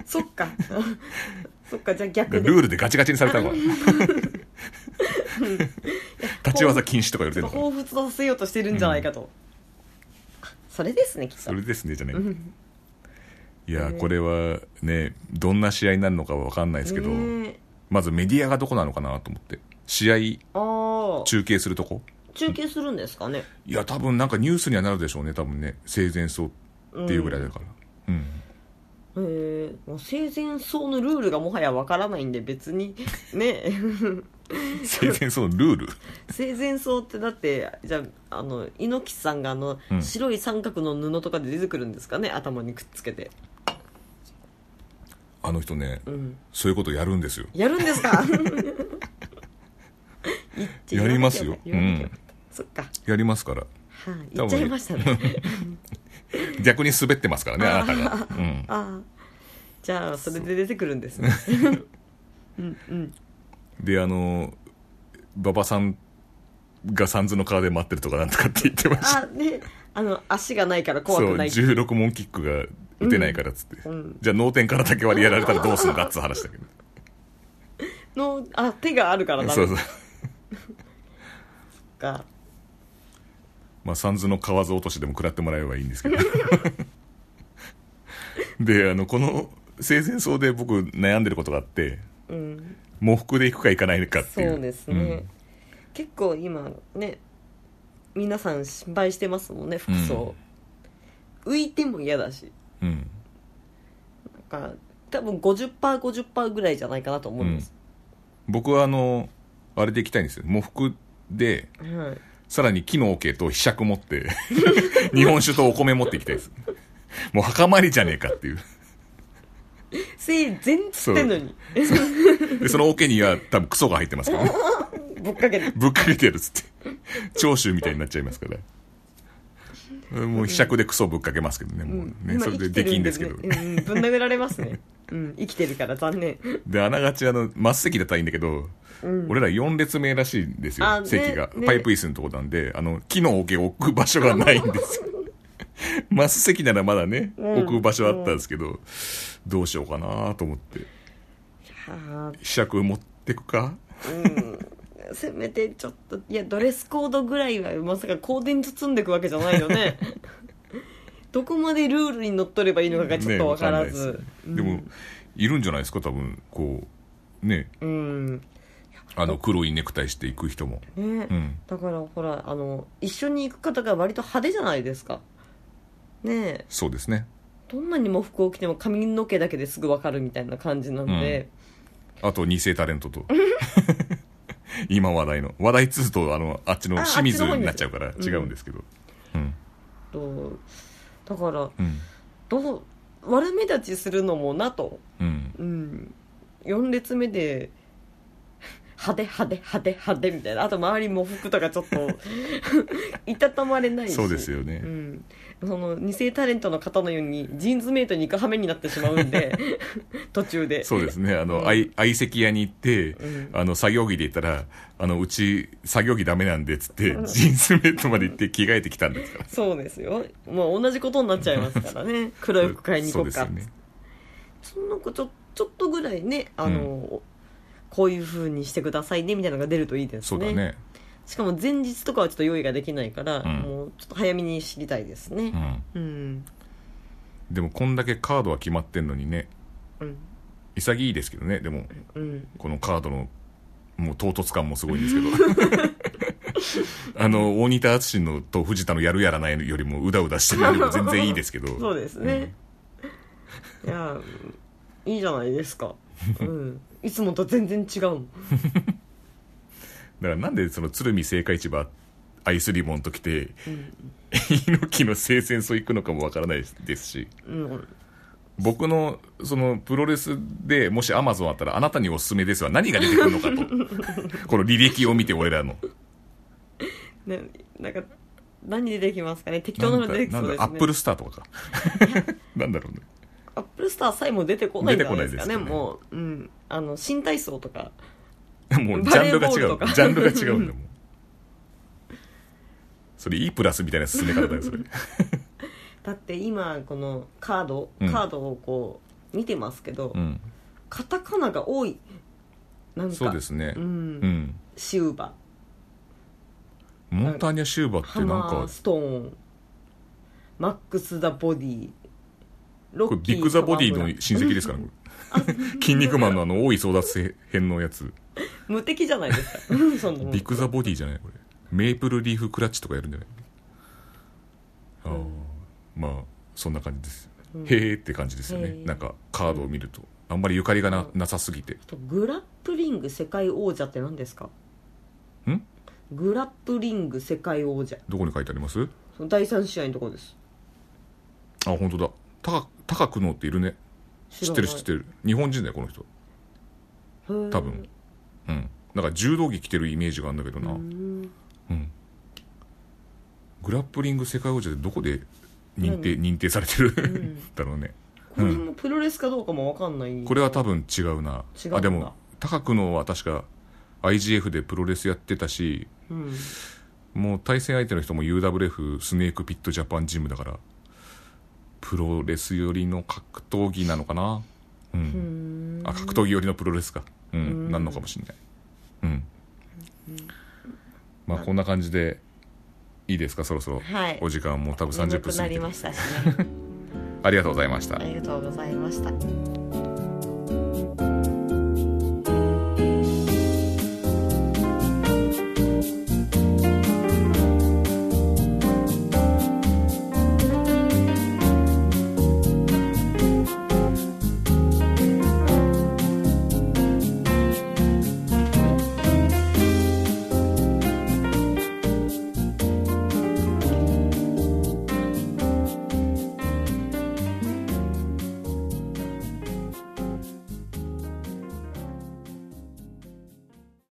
Speaker 1: そっかそっかじゃあ逆
Speaker 2: ル
Speaker 1: で
Speaker 2: ールでガチガチにされたのかな立ち技禁止とか言われて
Speaker 1: ち
Speaker 2: る
Speaker 1: ょっ
Speaker 2: の
Speaker 1: と
Speaker 2: かな
Speaker 1: 彷彿とさせようとしてるんじゃないかと、あそれですねきっと
Speaker 2: それですねじゃないいやーこれはねどんな試合になるのかは分かんないですけど
Speaker 1: ねえ
Speaker 2: まずメディアがどこなのかなと思って試
Speaker 1: あ
Speaker 2: 合
Speaker 1: ー
Speaker 2: 中継するとこ
Speaker 1: 中継するんですかね
Speaker 2: いや多分なんかニュースにはなるでしょうね多分ね生前葬っていうぐらいだから、うん
Speaker 1: えー、もう生前葬のルールがもはやわからないんで別 にね
Speaker 2: 生前葬のルール
Speaker 1: 生前葬ってだってじゃああの猪木さんがあの、
Speaker 2: うん
Speaker 1: 白い三角の布とかで出てくるんですかね頭にくっつけて、
Speaker 2: あの人ね、
Speaker 1: うん、
Speaker 2: そういうことやるんですよ
Speaker 1: やるんですか言っちゃ
Speaker 2: やりますよ
Speaker 1: 言わなきゃよかったそっか
Speaker 2: やりますから
Speaker 1: はい、言っちゃいましたね
Speaker 2: 逆に滑ってますからねあなたが、うん、
Speaker 1: ああじゃあそれで出てくるんですねうんうん
Speaker 2: であの馬場さんが三途の川で待ってるとかなんとかって言ってました
Speaker 1: あねあの足がないから怖
Speaker 2: そう
Speaker 1: くないって
Speaker 2: 16問キックが打てないからっつって、
Speaker 1: うん
Speaker 2: じゃあ脳天からだけ割りやられたらどうすんだっつう話だけど
Speaker 1: のあ手が あるからダ
Speaker 2: そ
Speaker 1: メ
Speaker 2: うそう
Speaker 1: か
Speaker 2: まあ三途の河津落としでも食らってもらえばいいんで すけどであのこの生前葬で僕悩んでることがあって
Speaker 1: うん
Speaker 2: 喪服で行くか行かないかって
Speaker 1: そ
Speaker 2: いう
Speaker 1: うですね、
Speaker 2: ん
Speaker 1: 結構今ね皆さん心配してますもんね服装、浮いても嫌だし
Speaker 2: うん
Speaker 1: なんか多分 50%50% ぐらいじゃないかなと思うんです、
Speaker 2: 僕はあのあれで行きたいんですよ喪服で
Speaker 1: はい、
Speaker 2: さらに木の桶と柄杓持って 日本酒とお米持って行きたいですもう墓参りじゃねえかっていう
Speaker 1: せい全つってんのに
Speaker 2: でその桶には多分クソが入ってます からね
Speaker 1: ぶっかけて
Speaker 2: ぶっかけてやるっつって長州みたいになっちゃいますからもうひしゃくでクソぶっかけますけどね,、もうね
Speaker 1: 今
Speaker 2: それで
Speaker 1: 生きて
Speaker 2: でき
Speaker 1: る
Speaker 2: んですけど、
Speaker 1: ねうんうんぶん殴られますね、うん、生きてるから残念
Speaker 2: であながちあの末席だったらいいんだけど、俺ら4列目らしいんですよ
Speaker 1: あね
Speaker 2: 席が、
Speaker 1: ね
Speaker 2: パイプ椅子のとこなんであの木の桶を置く場所がないんで すよ末席ならまだね、
Speaker 1: うん
Speaker 2: 置く場所あったんですけど、どうしようかなと思って
Speaker 1: は
Speaker 2: ひしゃく持ってくか
Speaker 1: あせめてちょっといやドレスコードぐらいはまさか香典包んでいくわけじゃないよ ねどこまでルールにのっとればいいのかがちょっとわからず、
Speaker 2: ねわかんないですねでもいるんじゃないですか多分こうね
Speaker 1: うん
Speaker 2: あの黒いネクタイしていく人も
Speaker 1: ね、
Speaker 2: うん
Speaker 1: だからほらあの一緒に行く方が割と派手じゃないですかねえ
Speaker 2: そうですね
Speaker 1: どんなに喪服を着ても髪の毛だけですぐわかるみたいな感じなんで、
Speaker 2: あと二世タレントと 今話題の話題2とあのあっちの
Speaker 1: あ
Speaker 2: 清水
Speaker 1: あっちの方に
Speaker 2: になっちゃうから
Speaker 1: うん
Speaker 2: 違うんですけどうん
Speaker 1: とだから
Speaker 2: うん
Speaker 1: どう悪目立ちするのもなと
Speaker 2: うん
Speaker 1: うん、4列目で派手派手派手派手みたいなあと周り喪服とかちょっと いたたまれないし
Speaker 2: そうですよ
Speaker 1: う
Speaker 2: ね
Speaker 1: ん、その二世タレントの方のようにジーンズメイトに行く羽目になってしまうんで 途中で
Speaker 2: そうですねあ
Speaker 1: う
Speaker 2: の
Speaker 1: ん
Speaker 2: 相相席屋に行って
Speaker 1: うん
Speaker 2: あの作業着で行ったらあのうち作業着ダメなんでっつってジーンズメイトまで行って着替えてきたんですから
Speaker 1: そうですよもう同じことになっちゃいますから ね黒い服買いに行
Speaker 2: そ
Speaker 1: こ
Speaker 2: う
Speaker 1: う
Speaker 2: です
Speaker 1: か
Speaker 2: よね
Speaker 1: そんな子ちょちょっとぐらいねあの、こういうふうにしてくださいねみたいなのが出るといいです
Speaker 2: そうだね
Speaker 1: しかも前日とかはちょっと用意ができないから、
Speaker 2: ん
Speaker 1: もうちょっと早めに知りたいですね
Speaker 2: うん
Speaker 1: うん、
Speaker 2: でもこんだけカードは決まってんのにね
Speaker 1: うん
Speaker 2: 潔いですけどねでも
Speaker 1: うん
Speaker 2: このカードのもう唐突感もすごいんですけど あの大仁田淳のと藤田のやるやらないよりもうだうだしてるよりも全然いいですけど
Speaker 1: そうですね、いやいいじゃないですか、うん、いつもと全然違うもん
Speaker 2: だからなんでその鶴見青果市場アイスリボンときて、
Speaker 1: ん
Speaker 2: 猪木の生前葬行くのかもわからないですし
Speaker 1: うん、
Speaker 2: 僕のそのプロレスでもしアマゾンあったらあなたにおすすめですは何が出てくるのか とこの履歴を見て俺らの
Speaker 1: ね、なんか何出てきますかね適当なの出てき
Speaker 2: な
Speaker 1: そう
Speaker 2: んだ
Speaker 1: ですね
Speaker 2: アップルスターと かかなんだろうね
Speaker 1: アップルスターさえも出てこないんじゃないですかね
Speaker 2: 出てこない
Speaker 1: も
Speaker 2: ですよね
Speaker 1: う、うん、あの新体操とか
Speaker 2: もうジャンルが
Speaker 1: バレーボ
Speaker 2: 違う
Speaker 1: ールとか
Speaker 2: ジャンルが違うんだもんそれ E プラスみたいな進め方だよそれ
Speaker 1: だって今このカード
Speaker 2: うん
Speaker 1: カードをこう見てますけど、
Speaker 2: うん
Speaker 1: カタカナが多いなんか
Speaker 2: そうですね
Speaker 1: う、
Speaker 2: うんん
Speaker 1: シウバ
Speaker 2: モンターニャ・シューバって
Speaker 1: ハ
Speaker 2: なん
Speaker 1: マ
Speaker 2: か
Speaker 1: ーストーンマックス・ザ・ボディロ
Speaker 2: これ
Speaker 1: ッキー
Speaker 2: ビッグ・ザ・ボディの
Speaker 1: 川村
Speaker 2: 親戚ですからねこれ筋肉マンのあの大井争奪編のやつ
Speaker 1: 無敵じゃないです かうんそんなもん
Speaker 2: ビッグ・ザ・ボディじゃないこれメイプル・リーフ・クラッチとかやるんじゃないああまあそんな感じです、へえって感じですよ
Speaker 1: へ
Speaker 2: ね
Speaker 1: ー
Speaker 2: なんかカードを見るとあんまりゆかりがな,、なさすぎて
Speaker 1: とグラップリング世界王者って何ですか
Speaker 2: ん
Speaker 1: グラップリング世界王者
Speaker 2: どこに書いてあります
Speaker 1: その第3試合のところです
Speaker 2: あ本当だ高高くのっているね知ってる知ってる日本人だよこの人
Speaker 1: る
Speaker 2: 多分うんなんか柔道着着てるイメージがあるんだけどなうんグラップリング世界王者でどこで認定認定されてる、
Speaker 1: ん
Speaker 2: だろうね
Speaker 1: これもプロレスかどうかも分かんない
Speaker 2: これは多分違うな
Speaker 1: 違うんだ
Speaker 2: あでも高くのは確か IGF でプロレスやってたし
Speaker 1: うん
Speaker 2: もう対戦相手の人も UWF スネークピットジャパンジムだからプロレス寄りの格闘技なのかなうん、
Speaker 1: うん
Speaker 2: あ格闘技寄りのプロレスかうん、なんのかもしれないうんまあこんな感じでいいですかそろそろ、
Speaker 1: はい
Speaker 2: お時間もう多分30
Speaker 1: 眠
Speaker 2: 分
Speaker 1: く
Speaker 2: 過
Speaker 1: な
Speaker 2: ぎ
Speaker 1: り
Speaker 2: て
Speaker 1: ましたしね
Speaker 2: ありがとうございました
Speaker 1: ありがとうございました